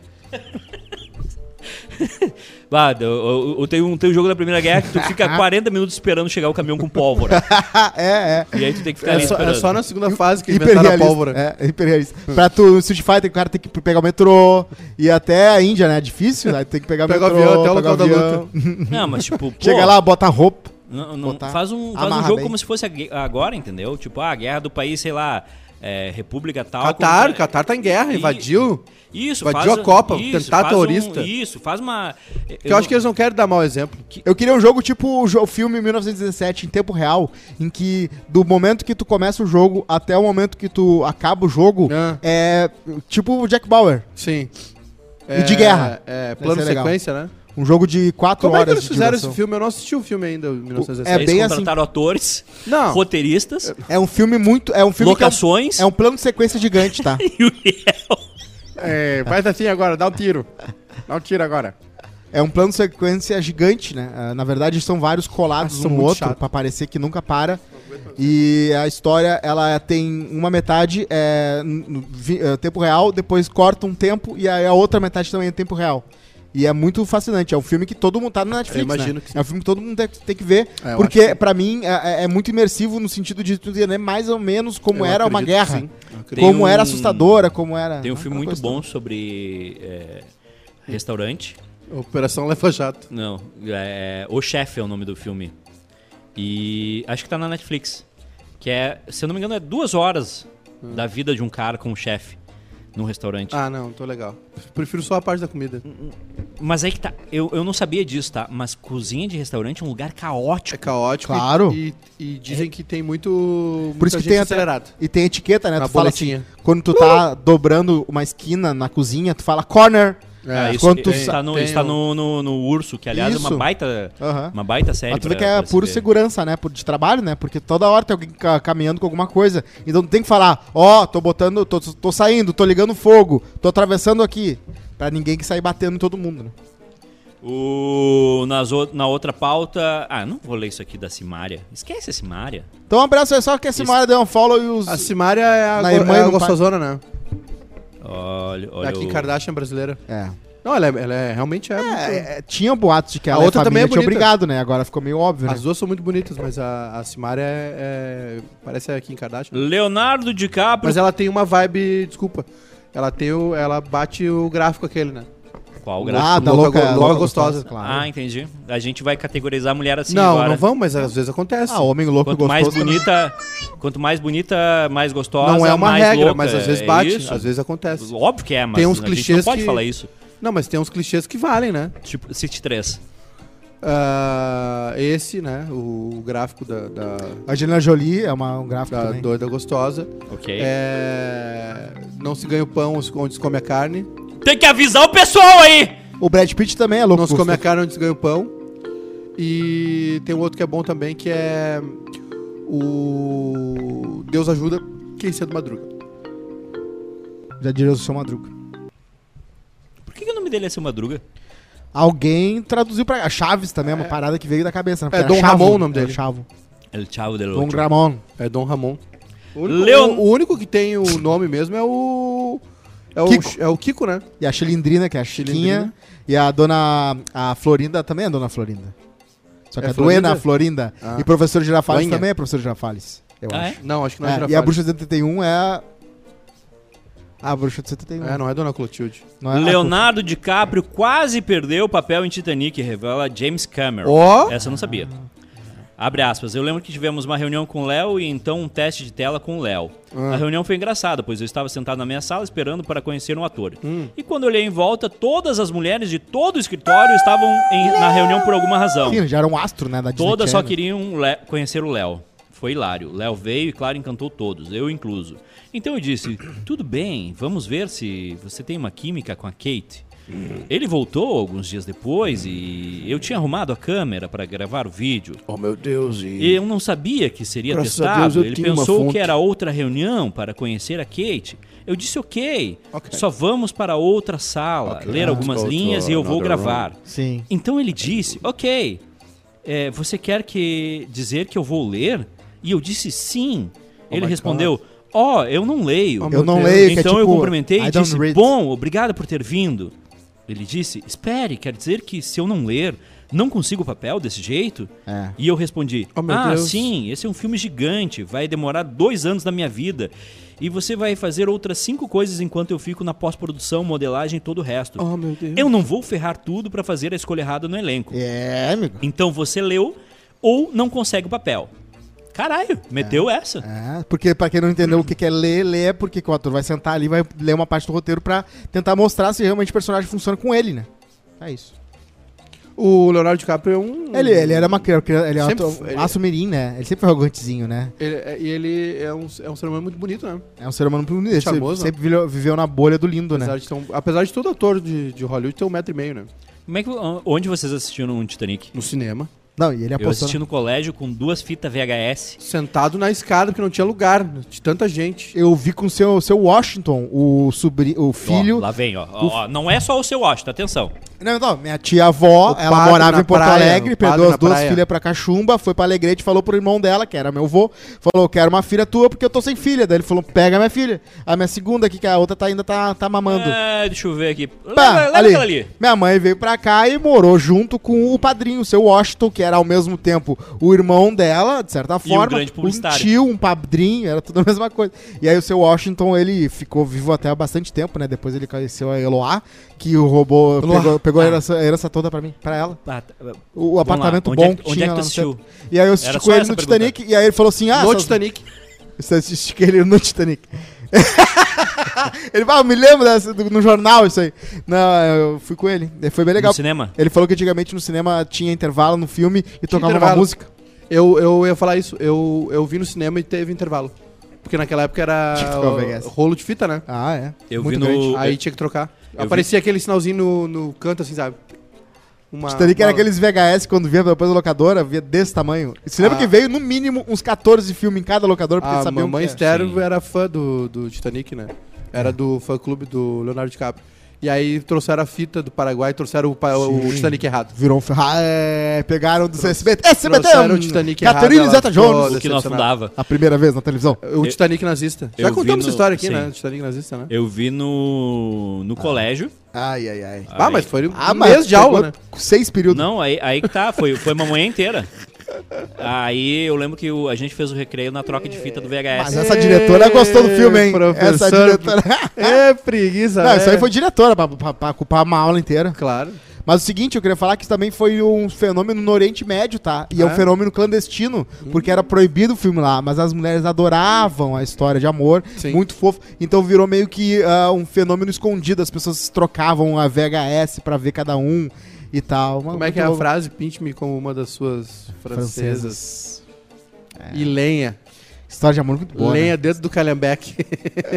Ah, eu, eu- eu tenho um, tem um jogo da Primeira Guerra que tu fica 40 minutos esperando chegar o caminhão com pólvora.
é, é.
e aí tu tem que ficar
É
ali
só, é
esperando.
só na segunda fase que inventaram a pólvora.
Hiperrealista.
Hum.
É, hiperrealista. pra tu, no Street Fighter, o cara tem que pegar o metrô, ir até a Índia, né? É difícil, aí tem que pegar o
Pega o
metrô,
avião até o
pegar
local da
avião.
luta.
Não, mas tipo, pô,
Chega lá, bota a roupa.
Não, não-
Botar,
faz um, faz um
amarra
jogo
bem.
como se fosse a gue- agora, entendeu? Tipo, ah, a guerra do país, sei lá, é, República tal.
Catar,
como-
Catar tá em guerra,
E-
invadiu.
Isso,
invadiu a Copa, tentar
faz
terrorista.
um- isso, faz uma.
Que eu acho
é
que eles não querem dar mau exemplo.
Eu queria um jogo tipo o jo- o filme 1917, em tempo real, em que do momento que tu começa o jogo até o momento que tu acaba o jogo,
Ah.
é tipo o Jack Bauer.
Sim.
E de guerra.
É,
Deve
plano
ser legal.
sequência, né?
Um jogo de 4
Como é que
horas
eles fizeram
de
esse
duração.
filme? Eu não assisti o filme ainda, em 1917.
é
eles
bem assim-
contrataram atores,
Não.
roteiristas,
É um filme muito. É um filme que é um-
locações.
é um plano de sequência gigante, tá?
e o-
É, faz assim agora, dá um tiro. Dá um tiro agora.
É um plano de sequência gigante, né? Ah, Na verdade, são vários colados
Ah, são
um no
muito
outro,
chato.
pra parecer que nunca para. E a história, ela tem uma metade é n- n- vi- é, tempo real, depois corta um tempo e aí a outra metade também é tempo real. E é muito fascinante. É um filme que todo mundo tá na Netflix.
imagino
né?
que sim.
É um filme que todo mundo tem, tem que ver.
É, eu acho
porque, pra mim, é, é- é muito imersivo no sentido de tu entender mais ou menos como
Eu
era uma
acredito que
guerra.
sim. Eu acredito.
Tem
Como
um-
era assustadora, como era.
Tem um
né? Aquela
filme muito
coisa toda.
bom sobre é, restaurante.
Operação Leva Jato.
Não, é, O Chefe é o nome do filme. E acho que tá na Netflix. Que é, se eu não me engano, é duas horas
Hum.
da vida de um cara com um chefe num restaurante.
Ah, não, tô legal. Prefiro só a parte da comida.
Mas aí que tá. Eu, eu não sabia disso, tá? Mas cozinha de restaurante é um lugar
É
caótico.
caótico. e-
Claro.
E, e dizem que tem muito.
Por isso
muita
que tem
gente
até-
acelerado.
E tem etiqueta, né?
Na
tu fala assim,
boletinha.
quando tu tá dobrando uma esquina na cozinha, tu fala corner.
Ah, isso,
Quando tu
isso
sa-
tá no,
É, tem
isso tá
um-
no, no, no Urso, que aliás é
Isso.
uma baita,
Aham.
uma baita série.
Ah,
Mas tu vê
pra-
que é
pra se
puro
ver.
segurança, né? por- De trabalho, né? Porque toda hora tem alguém ca- caminhando com alguma coisa. Então tu tem que falar, ó, tô botando, tô, tô saindo, tô ligando fogo, tô atravessando aqui. Pra ninguém que sair batendo em todo mundo, né?
O, nas o- na outra pauta. Ah, não vou ler isso aqui da Simária. Esquece a Simária.
Então um abraço aí só que a Simara deu um follow e os...
A Simária é a,
Na
go-
irmã e
é a
no pai.
gostosona, né?
Olha,
É
olha.
a Kim
o-
Kardashian brasileira.
É.
Não, ela, é, ela é- realmente é. muito-
É, é, Tinha boatos de que
A
ela a outra
outra também
família
é
também tinha
bonita.
brigado, né? Agora ficou meio óbvio, né?
As duas são muito bonitas, mas a, a Simária é, é- Parece a Kim Kardashian.
Leonardo DiCaprio.
Mas ela tem uma vibe. Desculpa. Ela tem o. Ela bate o gráfico aquele, né?
Qual
Ah,
gráfico?
da
Louca-
louca,
louca gostosa.
Ah,
claro.
entendi. A gente vai categorizar a mulher assim
não,
agora.
não vão, mas às vezes acontece.
Ah, homem louco
Quanto
gostoso. né.
mais
também.
bonita, quanto mais bonita, mais gostosa,
né? não é uma
mais
regra,
louca.
mas às vezes
É
bate,
isso?
às vezes acontece.
Óbvio que é, mas
Tem uns
a gente não
clichês
pode
que-
falar isso.
Não, mas tem uns clichês que valem, né?
Tipo, City 3.
Ah, esse, né? O, gráfico da, da,
A Angelina Jolie é uma, um gráfico
da
também.
doida gostosa.
Ok.
É, não se ganha o pão onde se come a carne.
Tem que avisar o pessoal aí!
O Brad Pitt também é louco
Não se come a
gostoso.
carne onde se ganha o pão. E tem um outro que é bom também, que é o Deus ajuda quem cedo madruga.
Já diria o seu Madruga.
Por que, que o nome dele é seu Madruga?
Alguém traduziu pra. Chaves também é uma parada que veio da cabeça, né? Porque
É
era
Dom
Chavo,
Ramon o nome
era
dele.
Chavo.
El Chavo del
Dom
Ocho.
Ramon.
É Dom Ramon. O único,
Leon-
o- o único que tem o nome mesmo é o é o
Kiko.
é o Kiko né?
E a Chilindrina, que é a Chiquinha. E a dona. A Florinda também é dona Florinda. Só que
É
a Duena a
Florinda?
Florinda.
Ah.
E professor Girafales
Duenha.
também é professor Girafales. Eu
Ah,
acho.
é?
Não, acho que não
É,
é,
e a
Girafales.
bruxa de 71 é. a- Ah, a bruxa de 71.
É, não é Dona Clotilde.
Não é a-
Leonardo DiCaprio quase perdeu o papel em Titanic, revela James Cameron.
Ó.
Essa eu não sabia. Abre aspas. Eu lembro que tivemos uma reunião com o Léo e então um teste de tela com o Léo. A reunião foi engraçada, pois eu estava sentado na minha sala esperando para conhecer um ator. E quando eu olhei em volta, todas as mulheres de todo o escritório estavam em- na reunião por alguma razão.
Sim, já era um astro, né? Da Disney
Todas só
Channel.
queriam Le- conhecer o Léo. Foi hilário. O Léo veio e, claro, encantou todos, eu incluso. Então eu disse: tudo bem, vamos ver se você tem uma química com a Kate. Ele voltou alguns dias depois e eu tinha arrumado a câmera para gravar o vídeo.
Oh meu Deus.
E eu não sabia que seria
Graças a
testado.
Deus eu
Ele
tinha uma
pensou
fonte.
que era outra reunião para conhecer a Kate. Eu disse ok,
Ok.
só vamos para outra sala,
Ok,
ler
let's
algumas
go to
linhas e eu vou
another room.
gravar.
Sim.
Então ele disse: Ok, é, você quer que dizer que eu vou ler? E eu disse sim. ele
my
respondeu: Ó, eu não leio.
Oh,
Oh Eu
Meu
não
Deus.
leio, que é
então eu
tipo,
cumprimentei
I
e
don't
disse:
read.
Bom, obrigado por ter vindo. Ele disse: Espere, quer dizer que se eu não ler, não consigo o papel desse jeito?
É.
E eu respondi:
Oh, meu
Ah,
Deus.
sim, esse é um filme gigante, vai demorar dois anos da minha vida. E você vai fazer outras cinco coisas enquanto eu fico na pós-produção, modelagem e todo o resto.
Oh meu Deus.
Eu não vou ferrar tudo pra fazer a escolha errada no elenco.
É, amigo.
Então você leu ou não consegue o papel. Caralho, meteu essa.
É, porque pra quem não entendeu o que que é ler, ler é porque que o ator vai sentar ali e vai ler uma parte do roteiro pra tentar mostrar se realmente o personagem funciona com ele, né? É isso.
O Leonardo DiCaprio é um
Ele, ele era uma criança, ele é um
Sempre
ator-
foi-
um
ele-
aço mirim, né? Ele sempre foi arrogantezinho, né?
ele é- e ele é um, é um ser humano muito bonito, né?
É um ser humano muito bonito, ele
Charmoso, né?
sempre viveu, viveu na bolha do lindo,
Apesar
né?
de, ter um- apesar de todo ator de, de Hollywood ter um metro e meio, né?
Como é que, onde vocês assistiram um Titanic?
No cinema.
Não, e ele
Eu
apostou.
assisti no colégio com duas fitas VHS.
Sentado na escada, porque não tinha lugar né? de tanta gente.
Eu vi com o seu, seu Washington, o sobrinho, o filho.
Ó, lá vem, ó. Ó, ó, Não é só o seu Washington, atenção.
Não, não, minha tia-avó,
O
ela
padre
morava
na
em Porto
praia,
Alegre,
o padre
perdeu as
na
duas
praia.
filhas pra Cachumba, foi pra Alegrete, falou pro irmão dela, que era meu avô, falou, quero uma filha tua porque eu tô sem filha. Daí ele falou, pega minha filha. A minha segunda aqui, que a outra tá, ainda tá, tá mamando.
Ah, deixa eu ver aqui. Leva,
Pá,
leva
ali.
aquela ali.
Minha mãe veio pra cá e morou junto com o padrinho, o seu Washington, que era ao mesmo tempo o irmão dela, de certa forma.
um grande publicitário.
tio, um padrinho, era tudo a mesma coisa. E aí o seu Washington, ele ficou vivo até há bastante tempo, né? Depois ele conheceu a Eloá, que o robô
Eloá. Ah.
pegou, pegou a, herança, a herança toda pra mim, pra ela.
Ah, tá.
O apartamento
lá, onde
bom
é que-
que
onde
tinha
é que
lá
tu
no
assistiu?
centro. E aí eu assisti
Era
com
só
ele
essa
no
pergunta.
Titanic, e aí ele falou assim, ah...
no
essas-
Titanic.
você Estatística ele no Titanic. (laughs) ele fala, "Ah, me lembro dessa, do- no jornal isso aí. Não, eu fui com ele. Daí Foi bem legal.
No cinema?
Ele falou que antigamente no cinema tinha intervalo no filme e tocava uma
intervalo.
música.
Eu, eu ia falar isso. Eu, eu vi no cinema e teve intervalo. Porque naquela época era
Tinha que trocar o VHS.
uh, rolo de fita, né?
Ah, é.
Eu
Muito
vi no.
grande.
Aí tinha que trocar.
eu
Aparecia aquele sinalzinho no, no canto, assim, sabe? Uma,
Titanic era
uma-
aqueles VHS quando via depois da locadora, via desse tamanho. E se lembra
Ah.
que veio no mínimo uns 14 filmes em cada locadora porque eles
A
sabiam
mamãe
que é. era.
Esther
Sim. É.
era fã do, do Titanic, né? Era do fã-clube do Leonardo DiCaprio. E aí trouxeram a fita do Paraguai, trouxeram o, pa- o
Sim.
Titanic errado.
Virou um ferro. Ah, é, pegaram do SBT. SBT!
trouxeram o Titanic
Catarina
errado, ela
um Zeta
ficou
Jones.
O que não
decepcionado.
afundava.
A primeira vez na televisão.
O
Eu-
Titanic nazista.
eu
Já
vi
contamos essa
no-
história aqui,
sim.
né? O Titanic nazista, né?
Eu vi no.
Ah.
no colégio.
Ai, ai, ai.
Ah,
Aí-
mas foi um
Ah,
mês de aula,
pegou
né?
Seis períodos.
Não, aí, aí que tá, foi, foi uma manhã inteira. Aí eu lembro que o- a gente fez o recreio na troca de fita do
Mas
VHS.
essa diretora gostou do filme, hein?
Professor-
Essa diretora.
É,
(laughs)
preguiça.
Ah. Não,
é.
isso aí foi diretora pra, pra- pra culpar uma aula inteira.
Claro.
Mas o seguinte, eu queria falar que isso também foi um fenômeno no Oriente Médio, tá? E é, um
É?
fenômeno clandestino, porque era proibido o filme lá, mas as mulheres adoravam a história de amor,
Sim.
muito fofo. Então virou meio que ah, um fenômeno escondido, as pessoas trocavam a VHS pra ver cada um e tal. Uma-
Como é que é
muito
a
louco.
frase? Pinte-me como uma das suas francesas.
Francesas.
E lenha.
História de amor muito boa. né?
lenha dentro do calhambeque. (laughs)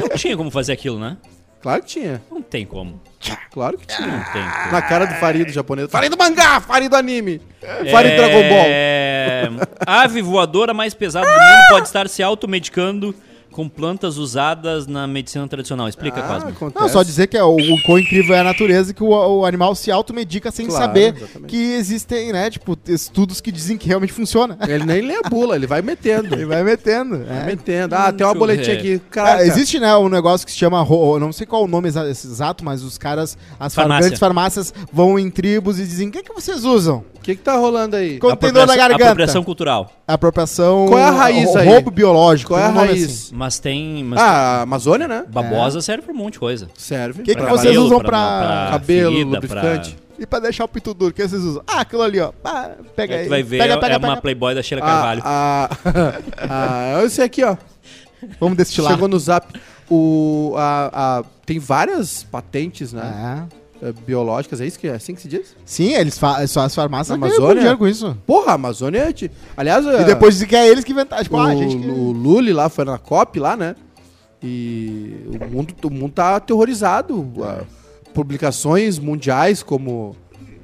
Não tinha como fazer aquilo, né?
claro que tinha.
Não tem como.
Claro que tinha.
Não tem
Ah,
como.
Na cara do Farido japonês. Farinha do mangá, farinha do anime. Farinha do Dragon Ball.
É... (laughs) Ave voadora mais pesada do mundo pode estar se automedicando com plantas usadas na medicina tradicional.
Ah,
Explica, Cosmo.
Não, só dizer que é o, o quão incrível é a natureza e que o, o animal se automedica sem
Claro,
saber
exatamente.
que existem, né, tipo, estudos que dizem que realmente funciona.
(laughs) Ele nem lê a bula, ele vai metendo.
Ele vai metendo.
vai
É.
metendo. Ah, tem
É. Deixa
uma
eu
boletinha
ver.
aqui. Caraca.
É, existe, né, um negócio que se chama, ro- eu não sei qual o nome exa- exato, mas os caras, as far-
Farmácia.
grandes farmácias vão em tribos e dizem, o que, é que vocês usam?
O que que tá rolando aí?
Qual- tem dor na garganta.
Apropriação cultural.
Apropriação...
Qual é a raiz
ro-
aí?
Roubo biológico.
Qual é a
tem um nome
raiz?
Mas tem... Mas
Ah, a Amazônia, né?
Babosa serve pra um monte de coisa.
Serve.
O que, que
Pra
vocês
cabelo,
usam é. pra...
pra- pra-
Cabelo,
ferida,
lubrificante.
pra-
E pra deixar o pinto duro, o que vocês usam? Ah, aquilo ali, ó. Ah, pega
Aí
aí.
tu vai ver,
pega,
é,
pega,
é uma
pega.
playboy da Sheila Carvalho.
Ah, ah, (laughs) ah, esse aqui, ó.
Vamos destilar.
Chegou no zap. O, a, a- tem várias patentes, né?
Ah.
eh, Biológicas, é isso que é assim que se diz?
Sim, eles fa só as farmácias
Na
ganham
Amazônia?
dinheiro com isso.
Porra, a Amazônia. é de- Aliás,
E depois dizem que é eles que inventaram. Tipo,
o,
ah, a gente. que-
o Lully lá foi na COP lá, né? E o mundo, o mundo tá aterrorizado. Ah, Publicações mundiais como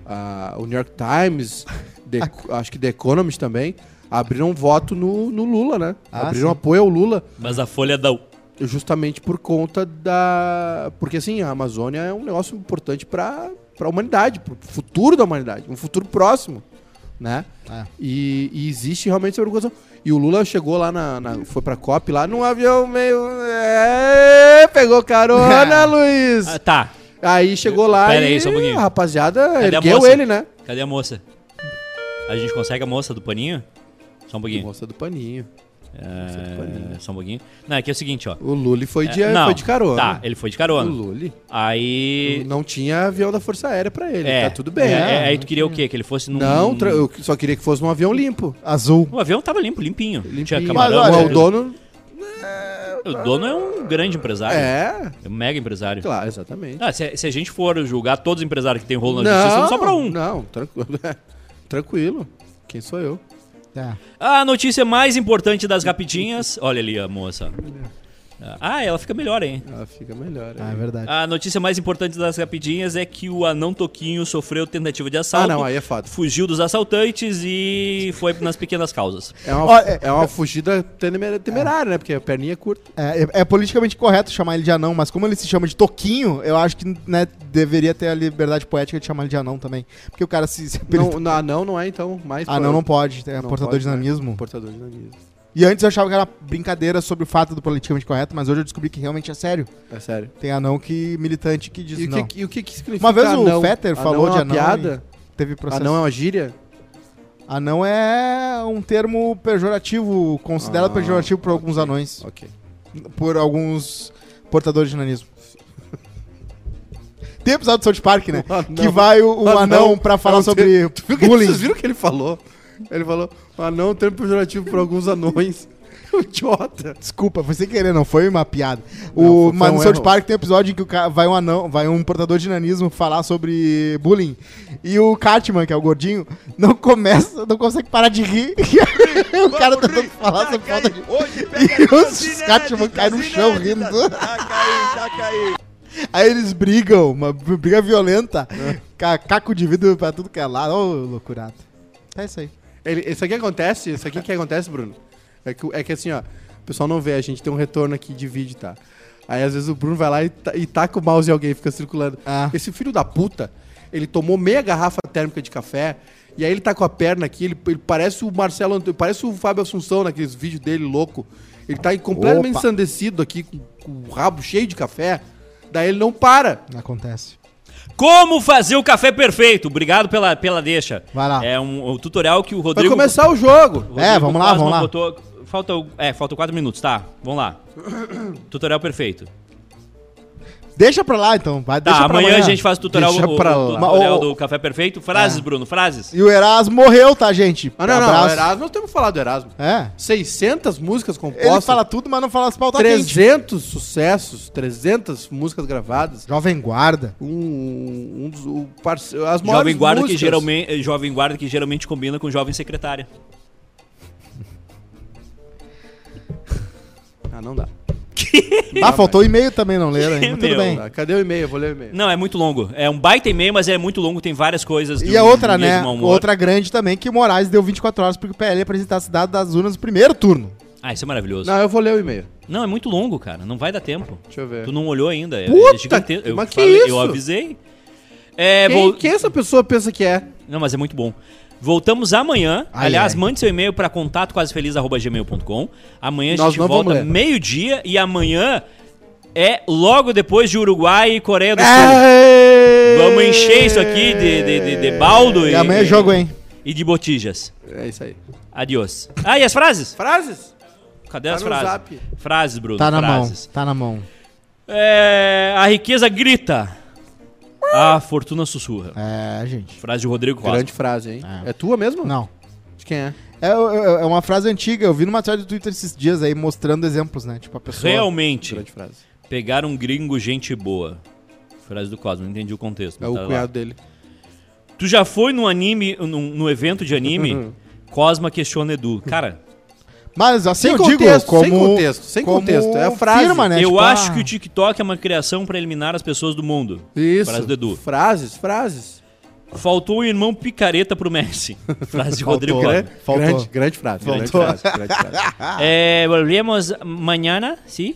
ah, o New York Times, The-
(laughs)
acho que The Economist também, abriram voto no, no Lula, né?
Ah,
abriram
sim.
apoio ao Lula.
Mas a folha é da...
justamente por conta da porque assim a Amazônia é um negócio importante para para a humanidade para o futuro da humanidade um futuro próximo né
É.
e, e existe realmente essa preocupação e o Lula chegou lá na, na- foi para COP lá num avião meio é, pegou
(laughs)
carona Luiz
Ah, tá.
aí chegou lá
Pera aí,
e
só um pouquinho.
a rapaziada
Cadê a
ergueu
moça?
ele né
Cadê a moça? A gente consegue a moça do paninho? Só um pouquinho.
moça do paninho do
É,
paninho.
só um pouquinho. Não, é que é o seguinte, ó.
o Lula foi de
É, não,
foi de carona
Tá, ele foi de
o
carona.
Lula
Aí.
não tinha avião da Força Aérea para ele
É,
tá tudo bem
É,
né?
é, aí tu queria o quê? Que ele fosse num.
Não, tra- eu só queria que fosse um avião limpo.
Azul.
O avião tava limpo, limpinho. Tinha
Limpinho.
camarão. né?
Mas, olha,
tinha
o
tudo.
dono.
O dono é um grande empresário. É.
É,
um mega empresário.
claro, exatamente.
Ah, se, se a gente for julgar todos os empresários que tem rolo na justiça, não sobra um.
Não, tranquilo. (laughs) é, tranquilo. Quem sou eu?
É.
A notícia mais importante das rapidinhas. Olha ali a moça. Ah, ela fica melhor, hein?
Ela fica melhor.
Ah,
aí.
é verdade.
A notícia mais importante das rapidinhas é que o anão Toquinho sofreu tentativa de assalto.
Ah, não, aí é fato.
Fugiu dos assaltantes e foi nas pequenas causas.
É uma,
Olha, é-
é uma fugida temer- temerária, né? Porque a perninha é curta.
É, é- é politicamente correto chamar ele de anão, mas como ele se chama de Toquinho, eu acho que né, deveria ter a liberdade poética de chamar ele de anão também. Porque o cara
(laughs)
se. se apelida-
Não, não, não, não é então. Mais
anão não pode, é portador
pode,
de
né?
dinamismo.
Portador de dinamismo.
E antes eu achava que era brincadeira sobre o fato do politicamente correto, mas hoje eu descobri que realmente é sério.
É sério.
Tem anão que militante que diz
E o
não.
que, e o que, que significa
Uma vez o
anão?
Fetter
Anão
falou
é
de
uma
anão
piada?
Teve processo.
Anão é uma gíria?
Anão é um termo pejorativo, considerado
Ah,
pejorativo por alguns anões,
Ok.
por alguns portadores de nanismo. Tem episódio do South Park, né?
O Um anão-
que vai o, o
anão
anão pra falar
é um
sobre
Viu que-
bullying.
(laughs) Vocês viram o que ele falou? Ele falou, anão é um termo pejorativo para alguns anões. (laughs) É um Idiota.
Desculpa, foi sem querer, não foi uma piada.
Não,
O, mas
foi- foi um
no South
erro.
Park tem um episódio em que o ca- vai um anão, vai um portador de nanismo falar sobre bullying. E o Cartman, que é o gordinho, não começa, não consegue parar de rir. (laughs) E o cara tentando falar sobre falta de. (laughs) E os Cartman caem no chão rindo. Aí eles brigam, uma briga violenta. Ca- Caco de vidro pra tudo que é lado. Ô, loucurado. É isso aí.
Ele, isso aqui acontece, isso aqui que acontece, Bruno. É que, é que assim, ó, o pessoal não vê, a gente tem um retorno aqui de vídeo, tá? Aí às vezes o Bruno vai lá e, ta- e taca o mouse em alguém, fica circulando.
Ah.
Esse filho da puta, ele tomou meia garrafa térmica de café, e aí ele tá com a perna aqui, ele, ele parece o Marcelo, Ant- parece o Fábio Assunção naqueles vídeos dele louco. Ele tá aí completamente
Opa.
ensandecido aqui, com, com o rabo cheio de café. Daí ele não para.
Acontece.
Como fazer o café perfeito? Obrigado pela, pela deixa.
Vai lá.
É um, um tutorial que o
Vai
Rodrigo.
começar o jogo.
Rodrigo
É, vamos lá,
Plasma
vamos lá.
botou- falta, o- é, falta quatro minutos, tá? Vamos lá. tutorial perfeito.
Deixa pra lá então. Vai,
Tá,
deixa pra
amanhã, a gente faz o tutorial,
Deixa
o, o
pra lá.
tutorial
Mas, ô,
do café perfeito. Frases, Bruno, frases.
E o Erasmo morreu, tá, gente?
Ah, não, não,
Abraço.
o Erasmo, nós temos que falar do Erasmo.
É.
600 músicas
Ele
compostas.
fala tudo, mas não fala as pautas quentes.
300 sucessos, 300 músicas gravadas.
Jovem Guarda.
Um, um dos, o parce- as maiores
Jovem guarda, que
músicas.
geralmente, eh, jovem guarda que geralmente combina com jovem secretária.
Ah, não dá.
Ah, faltou o e-mail também, não leram, hein? Mas tudo
E-mail.
bem.
Tá, Cadê o e-mail? Eu vou ler o e-mail.
Não, é muito longo. É um baita e-mail, mas é muito longo, tem várias coisas.
E
do
a outra, né?
mesmo humor.
Outra grande também, que o Moraes deu 24 horas porque o PL apresentar a cidade das urnas no primeiro turno.
Ah, isso é maravilhoso. Não.
Não, eu vou ler o e-mail.
é muito longo, cara. Não vai dar tempo.
Deixa eu ver.
Tu não olhou ainda. é-
Puta,
é gigante- eu
mas que
falei-
isso?
Eu avisei. É,
quem,
vou-
quem essa pessoa pensa que é?
Não, mas é muito bom. Voltamos amanhã.
Ai,
Aliás,
ai.
mande seu e-mail para contatoquasefeliz.gmail.com. Amanhã a
Nós
gente
não vamos
volta
ler.
meio-dia e amanhã é logo depois de Uruguai e Coreia do Sul. Vamos encher isso aqui de, de, de, de baldo
E amanhã é jogo, hein?
e de botijas.
É isso aí.
Adiós. Ah, e as frases?
Frases?
Cadê
Tá
as
no
frases?
zap.
Frases, Bruno.
Tá na mão,
frases.
tá na mão.
É, a riqueza grita. A fortuna sussurra.
É, gente.
Frase de Rodrigo Costa.
Grande frase, hein? É, tua mesmo?
Não.
De quem é?
É, é- é uma frase antiga, eu vi numa thread do Twitter esses dias aí, mostrando exemplos, né? Tipo, a pessoa...
Realmente.
Grande frase.
Pegar um gringo gente boa. Frase do Cosmo, não entendi o contexto.
É
mas
o
tá lá.
cunhado dele.
Tu já foi no anime, num, no evento de
Uhum.
anime? Cosma questiona Edu.
(laughs)
Cara,
Mas assim
Sem
eu digo,
contexto,
como...
sem contexto, sem
como
contexto, é a frase.
firma, né?
eu
Tipo,
acho
ah,
que o TikTok é uma criação para eliminar as pessoas do mundo.
Isso.
Frase do Edu.
Frases, frases.
Faltou o irmão picareta pro
(laughs)
Messi. Frase de Rodrigo
Faltou,
Cosma.
né? Ah. Faltou.
Grande, grande frase. Grande
Faltou.
frase, grande frase.
(laughs)
É, volvemos mañana, sim?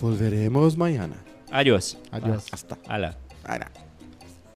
Volveremos amanhã.
Adiós.
Adiós.
Hasta.
Alá.
Ara.